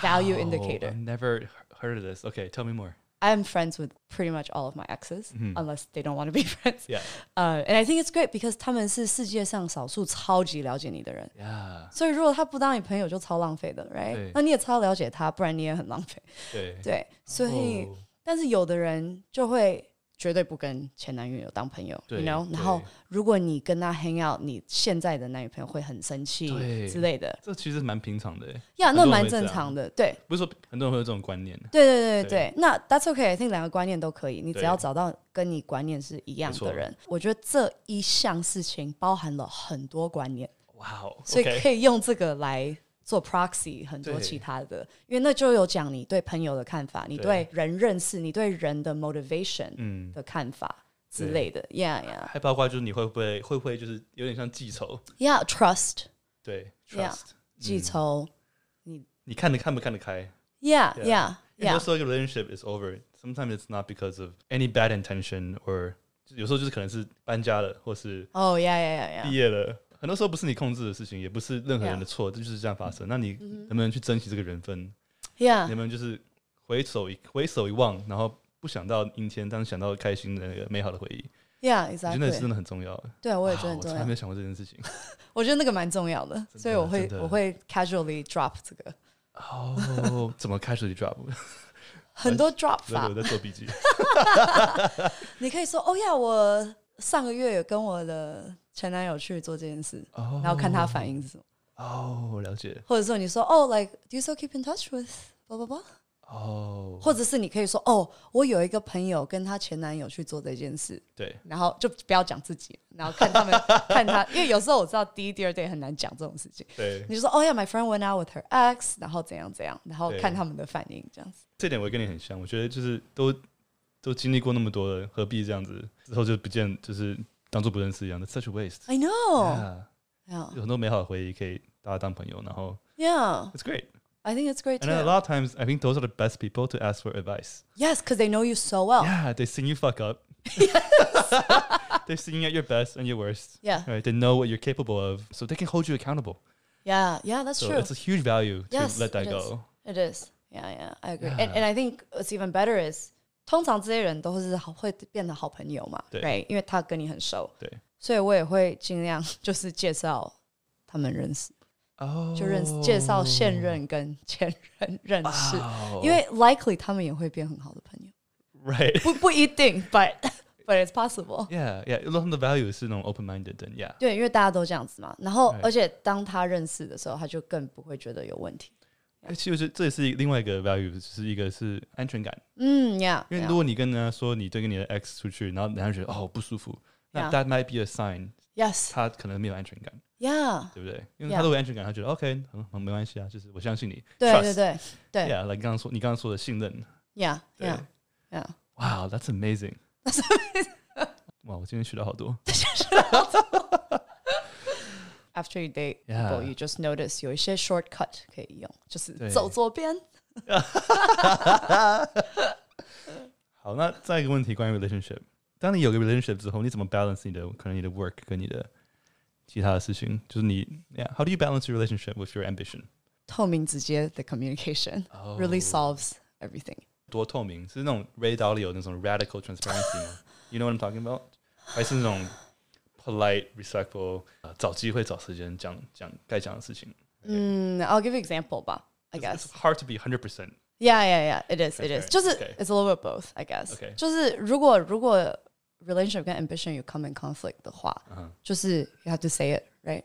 [SPEAKER 1] value
[SPEAKER 3] Oh,
[SPEAKER 1] indicator.
[SPEAKER 3] I've never h- heard of this. Okay, tell me more.
[SPEAKER 1] I'm friends with pretty much all of my exes, unless they don't want to be <laughs> friends.
[SPEAKER 3] 嗯 Yeah.
[SPEAKER 1] Uh, and I think it's great because 他们是世界上少数超级了解你的人。
[SPEAKER 3] Yeah.
[SPEAKER 1] 所以如果他不当你朋友，就超浪费的，right？
[SPEAKER 3] 对
[SPEAKER 1] 那你也超了解他，不然你也很浪费。
[SPEAKER 3] 对。
[SPEAKER 1] 对，所以。
[SPEAKER 3] 哦
[SPEAKER 1] 但是有的人就会绝对不跟前男友当朋友
[SPEAKER 3] 对
[SPEAKER 1] ，you know。
[SPEAKER 3] 对
[SPEAKER 1] 然后如果你跟他 hang out，你现在的男女朋友会很生气
[SPEAKER 3] 对
[SPEAKER 1] 之类的，
[SPEAKER 3] 这其实蛮平常的耶，
[SPEAKER 1] 呀、
[SPEAKER 3] 很多
[SPEAKER 1] 那
[SPEAKER 3] 人
[SPEAKER 1] 蛮
[SPEAKER 3] 会这
[SPEAKER 1] 正
[SPEAKER 3] 样
[SPEAKER 1] 常的，对。
[SPEAKER 3] 不是说很多人会有这种观念。
[SPEAKER 1] 对对对对
[SPEAKER 3] 对
[SPEAKER 1] 对，那 that's okay，I think 两个观念都可以，你只
[SPEAKER 3] 对
[SPEAKER 1] 要找到跟你观念是一样
[SPEAKER 3] 没错
[SPEAKER 1] 的人，我觉得这一项事情包含了很多观念，
[SPEAKER 3] 哇哦，
[SPEAKER 1] 所以
[SPEAKER 3] OK
[SPEAKER 1] 可以用这个来做 proxy 很多
[SPEAKER 3] 对
[SPEAKER 1] 其他的，因为那就有讲你对朋友的看法，你
[SPEAKER 3] 对
[SPEAKER 1] 对人认识，你对人的 motivation，
[SPEAKER 3] 嗯，
[SPEAKER 1] 的看法之
[SPEAKER 3] 对
[SPEAKER 1] 类的。Yeah, yeah,
[SPEAKER 3] 还包括就是你会不会会不会就是有点像记仇，
[SPEAKER 1] yeah. Trust
[SPEAKER 3] 嗯对
[SPEAKER 1] Yeah
[SPEAKER 3] ，trust，嗯
[SPEAKER 1] 记仇。
[SPEAKER 3] 你看得看不看得开？
[SPEAKER 1] Yeah, yeah,
[SPEAKER 3] Yeah. Yeah.
[SPEAKER 1] yeah.
[SPEAKER 3] Most like a relationship is over. Sometimes it's not because of any bad intention or 有时候就是可能是搬家了，或是
[SPEAKER 1] Oh, yeah, yeah, yeah,
[SPEAKER 3] 毕
[SPEAKER 1] yeah.
[SPEAKER 3] 业了。很多时候不是你控制的事情，也不是任何人的错，这就是这样发
[SPEAKER 1] 嗯
[SPEAKER 3] 生。那你能不能去珍惜这个缘分？能
[SPEAKER 1] Yeah,
[SPEAKER 3] 不能就是回首一回首一望，然后不想到阴天，但是想到开心的那个美好的回忆？
[SPEAKER 1] yeah,
[SPEAKER 3] 我觉得那是真
[SPEAKER 1] exactly.
[SPEAKER 3] 的很重要。
[SPEAKER 1] 对，我也觉
[SPEAKER 3] 哇
[SPEAKER 1] 得很
[SPEAKER 3] 我
[SPEAKER 1] 重
[SPEAKER 3] 从来没
[SPEAKER 1] 要。
[SPEAKER 3] 有想过这件事
[SPEAKER 1] <laughs>
[SPEAKER 3] 情。
[SPEAKER 1] 我觉得那个蛮重要的，
[SPEAKER 3] 的
[SPEAKER 1] 所以我会
[SPEAKER 3] 真的
[SPEAKER 1] 我会 casually drop 这个
[SPEAKER 3] 哦，怎么开始就 drop？ <laughs>
[SPEAKER 1] 很多 drop
[SPEAKER 3] 对，
[SPEAKER 1] 法
[SPEAKER 3] 我。在做笔记。
[SPEAKER 1] 你可以说，哦呀，我上个月有跟我的前男友去做这件事，
[SPEAKER 3] 哦，
[SPEAKER 1] <laughs> 然后看他反应是什么，
[SPEAKER 3] 哦，我了解。
[SPEAKER 1] 或者说你说，哦，like do you still keep in touch with blah blah blah？
[SPEAKER 3] 哦，
[SPEAKER 1] 或者是你可以说，哦，我有一个朋友跟她前男友去做这件事，
[SPEAKER 3] 对，
[SPEAKER 1] 然后就不要讲自己，然后看他们 <laughs> 看他，因为有时候我知道第一、第二 day 很难讲这种事情。
[SPEAKER 3] 对，
[SPEAKER 1] 你就说，哦呀，my friend went out with her ex，然后怎样怎样，然后
[SPEAKER 3] 对
[SPEAKER 1] 看他们的反应这样子。
[SPEAKER 3] 这点我跟你很像，我觉得就是都都经历过那么多了，何必这样子？之后就不见，就是当做不认识一样的，such a waste。
[SPEAKER 1] I know,
[SPEAKER 3] Yeah，有
[SPEAKER 1] yeah,
[SPEAKER 3] 很多美好的回忆可以大家当朋友，然后
[SPEAKER 1] yeah.
[SPEAKER 3] it's great。
[SPEAKER 1] I think it's great
[SPEAKER 3] And a
[SPEAKER 1] too.
[SPEAKER 3] lot of times, I think those are the best people to ask for advice.
[SPEAKER 1] Yes, because they know you so well.
[SPEAKER 3] Yeah, they sing you fuck
[SPEAKER 1] <laughs>
[SPEAKER 3] up. <laughs> They're singing at your best and your worst.
[SPEAKER 1] Yeah,
[SPEAKER 3] Right? They know what you're capable of, so they can hold you accountable.
[SPEAKER 1] yeah, yeah. That's
[SPEAKER 3] So
[SPEAKER 1] true.
[SPEAKER 3] it's a huge value to
[SPEAKER 1] Yes,
[SPEAKER 3] let that
[SPEAKER 1] it
[SPEAKER 3] go.
[SPEAKER 1] is. It is. Yeah, yeah. I agree.
[SPEAKER 3] Yeah.
[SPEAKER 1] And and I think what's even better is，通常这些人都是好会变得好朋友嘛，
[SPEAKER 3] 对
[SPEAKER 1] ，right？因为他跟你很熟，
[SPEAKER 3] 对，
[SPEAKER 1] 所以我也会尽量就是介绍他们认识。
[SPEAKER 3] 哦，
[SPEAKER 1] 就认识介绍现任跟前
[SPEAKER 3] <laughs>
[SPEAKER 1] 任认识，
[SPEAKER 3] Wow.
[SPEAKER 1] 因为 likely 他们也会变很好的朋友，
[SPEAKER 3] <laughs> right.
[SPEAKER 1] 不不一定，but <laughs> but it's possible。
[SPEAKER 3] <laughs> Yeah, yeah. A lot of the value is 那种 open minded 的 Yeah.
[SPEAKER 1] 对，因为大家都这样子嘛。然后
[SPEAKER 3] 对，
[SPEAKER 1] 而且当他认识的时候，他就更不会觉得有问题。
[SPEAKER 3] 哎，其实这也是另外一个 value，就是一个是安全感。
[SPEAKER 1] 嗯，Yeah，
[SPEAKER 3] 因为
[SPEAKER 1] yeah，
[SPEAKER 3] 如果你跟人家说你对跟你的 ex 出去，然后人家觉得哦不舒服，那
[SPEAKER 1] Yeah.
[SPEAKER 3] that might be a sign，
[SPEAKER 1] Yes，Yeah，
[SPEAKER 3] 他可能没有安全感，对不对？因为他
[SPEAKER 1] Yeah.
[SPEAKER 3] 如果有安全感，他觉得 OK，很很没关系啊，就是我相信你。
[SPEAKER 1] 对对
[SPEAKER 3] Trust
[SPEAKER 1] 对对
[SPEAKER 3] Yeah，来刚刚说你刚刚说的信任，对
[SPEAKER 1] ，Yeah，Yeah，Yeah。
[SPEAKER 3] Wow, that's amazing. 哇，我今天学到好多。
[SPEAKER 1] After you date
[SPEAKER 3] Yeah.
[SPEAKER 1] people, you just notice 有一些 shortcut 可以用，就是
[SPEAKER 3] 对
[SPEAKER 1] 走左边。
[SPEAKER 3] <laughs> 好，那再一个问题关于 relationship，当你有个 relationship 之后，你怎么 balance 你的可能你的 work 跟你的其他的事情？就是你，Yeah，how do you balance your relationship with your ambition？
[SPEAKER 1] 透明直接的 communication
[SPEAKER 3] 哦
[SPEAKER 1] really solves everything.
[SPEAKER 3] 多透明，是那种 Ray Dalio 那种 radical transparency 吗？You know what I'm talking about？还是那种 polite, respectful，、呃、找机会、找时间讲讲该讲的事情。
[SPEAKER 1] Mm, I'll give you example, but I
[SPEAKER 3] It's-
[SPEAKER 1] guess.
[SPEAKER 3] it's hard to be hundred percent.
[SPEAKER 1] Yeah, yeah, yeah. It is. It is.
[SPEAKER 3] Transparent.
[SPEAKER 1] Just
[SPEAKER 3] Okay.
[SPEAKER 1] it's a little bit both, I guess.
[SPEAKER 3] Okay.
[SPEAKER 1] 就是如果如果 relationship 跟 ambition 有 common conflict 的话，就是 you have to say it, right?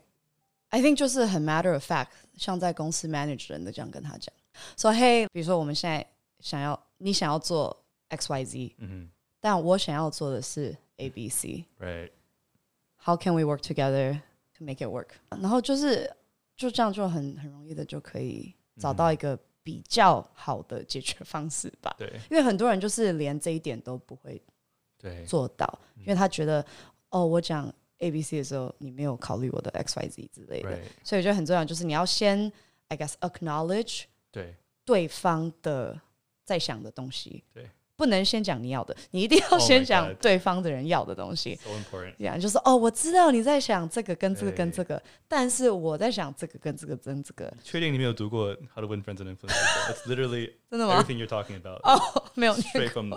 [SPEAKER 1] I think 就是很 matter of fact，像在公司 manage 人的这样跟他讲，说、so, 嘿，比如说我们现在想要你想要做 X Y Z，
[SPEAKER 2] 嗯
[SPEAKER 1] 但我想要做的是 A B C。
[SPEAKER 2] 哼，right，
[SPEAKER 1] How can we work together to make it work？然后就是就这样就很很容易的就可以找到一个比较好的解决方式吧。
[SPEAKER 2] 对
[SPEAKER 1] 因为很多人就是连这一点都不会
[SPEAKER 2] 对
[SPEAKER 1] 做到，因为他觉得哦，我讲 A B C 的时候，你没有考虑我的 X Y Z 之类的，
[SPEAKER 2] ，right，
[SPEAKER 1] 所以我觉得很重要，就是你要先 I guess acknowledge
[SPEAKER 2] 对
[SPEAKER 1] 对方的在想的东西，
[SPEAKER 2] 对，
[SPEAKER 1] 不能先讲你要的，你一定要
[SPEAKER 3] Oh my
[SPEAKER 1] 先讲
[SPEAKER 3] God
[SPEAKER 1] 对方的人要的东西。
[SPEAKER 3] So important.
[SPEAKER 1] 这样就是哦，我知道你在想这个跟这个跟
[SPEAKER 2] 对
[SPEAKER 1] 这个，但是我在想这个跟这个跟这个，
[SPEAKER 3] 确定你没有读过 How to Win Friends and
[SPEAKER 1] <laughs>
[SPEAKER 3] Influence People? That's literally
[SPEAKER 1] 真的吗？
[SPEAKER 3] everything you're talking about.
[SPEAKER 1] <laughs> 哦，没有
[SPEAKER 3] Straight from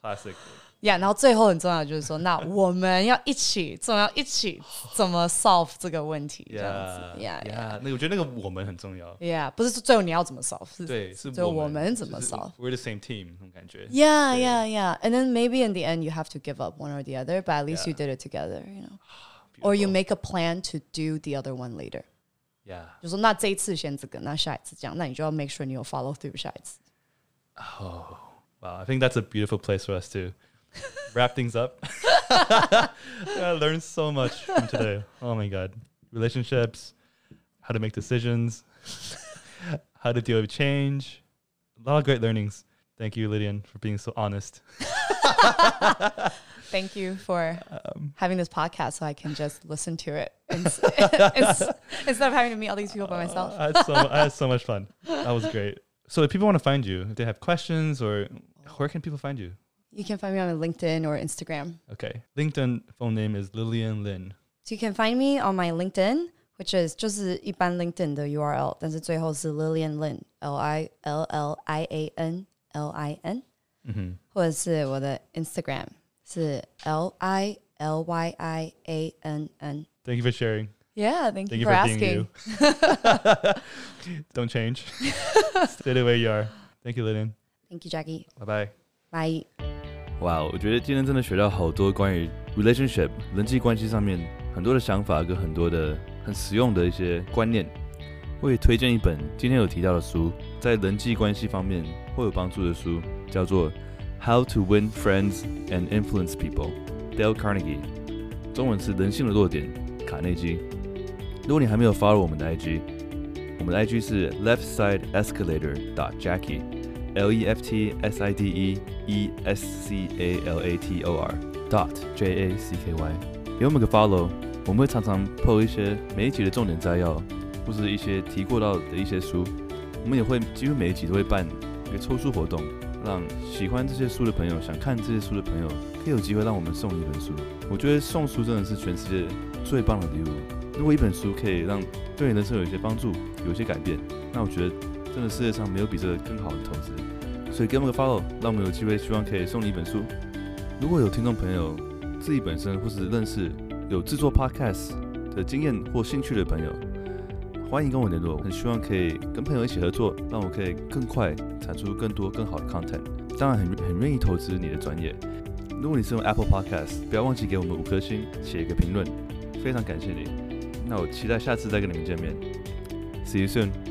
[SPEAKER 3] classic.
[SPEAKER 1] 呀然后最后很重要的就是说，那我们要一起，重要一起怎么 solve 这个问题，这样子
[SPEAKER 3] <laughs> Yeah.
[SPEAKER 1] ，yeah
[SPEAKER 3] Yeah. 那我觉得那个我们很重要。
[SPEAKER 1] yeah，不是最后你要怎么 solve，是
[SPEAKER 3] 对，是
[SPEAKER 1] 最后
[SPEAKER 3] 我们，
[SPEAKER 1] 我们怎么
[SPEAKER 3] 就是
[SPEAKER 1] solve。
[SPEAKER 3] We're the same team 那种感觉。
[SPEAKER 1] Yeah,
[SPEAKER 3] 对
[SPEAKER 1] yeah, yeah. And then maybe in the end, you have to give up one or the other, but at least you did it together, you know. Or you
[SPEAKER 3] Beautiful.
[SPEAKER 1] make a plan to do the other one later.
[SPEAKER 2] ，yeah，
[SPEAKER 1] 就说那这一次先这个，那下一次这样，那你就要 make sure 你有 follow through 下一次。
[SPEAKER 2] 哦，
[SPEAKER 3] Oh, Wow, I think that's a beautiful place for us
[SPEAKER 1] <laughs>
[SPEAKER 3] to wrap things up. I learned so much from today. Oh my god, relationships, how to make decisions, <laughs> how to deal with change. A lot of great learnings. Thank you, Lydian, for being so honest.
[SPEAKER 1] Thank you for having this podcast so I can just listen to it ins- ins- <laughs> instead of having to meet all
[SPEAKER 3] <laughs>
[SPEAKER 1] these people by myself.
[SPEAKER 3] Uh, I had so I had so much fun. That was great. So, if people want to find you, if they have questions or where can people find you?
[SPEAKER 1] You can find me on LinkedIn or Instagram.
[SPEAKER 3] Okay, LinkedIn phone name is Lillian Lin.
[SPEAKER 1] So you can find me on my LinkedIn, which is 就是一般 LinkedIn 的 URL，但是最后是 Lillian Lin L I L L I A N L I N，
[SPEAKER 3] Mm-hmm.
[SPEAKER 1] 或者是我的 Instagram 是 L I L Y I A N N。
[SPEAKER 3] Thank you for sharing.
[SPEAKER 1] Yeah, thank,
[SPEAKER 3] Thank
[SPEAKER 1] you
[SPEAKER 3] you
[SPEAKER 1] for,
[SPEAKER 3] for,
[SPEAKER 1] asking.
[SPEAKER 3] being you. <laughs> Don't change. Stay the way you are. Thank you, Lydian.
[SPEAKER 1] Thank you, Jackie.
[SPEAKER 3] Bye bye.
[SPEAKER 1] Bye.
[SPEAKER 2] 哇，我觉得今天真的学到好多关于 relationship 人际关系上面很多的想法跟很多的很实用的一些观念。我也推荐一本今天有提到的书，在人际关系方面会有帮助的书，叫做《How to Win Friends and Influence People》，Dale Carnegie，中文是《人性的弱点》，卡内基。如果你还没有 follow 我们的 IG，我们的 IG 是 left side escalator dot jackie。L E F T S I D E E S C A L A T O R dot J A C K Y，给我们个 follow，我们会常常 po 一些每一集的重点摘要，或是一些提过到的一些书。我们也会几乎每一集都会办一个抽书活动，让喜欢这些书的朋友、想看这些书的朋友，可以有机会让我们送一本书。我觉得送书真的是全世界最棒的礼物。如果一本书可以让对你人生有一些帮助、有一些改变，那我觉得真的世界上没有比这个更好的投资。所以给我们个 follow，让我们有机会，希望可以送你一本书。如果有听众朋友自己本身或是认识有制作 podcast 的经验或兴趣的朋友，欢迎跟我联络。很希望可以跟朋友一起合作，让我可以更快产出更多更好的 content。当然很很愿意投资你的专业。如果你是用 Apple Podcast，不要忘记给我们五颗星，写一个评论，非常感谢你。那我期待下次再跟你们见面。See you soon.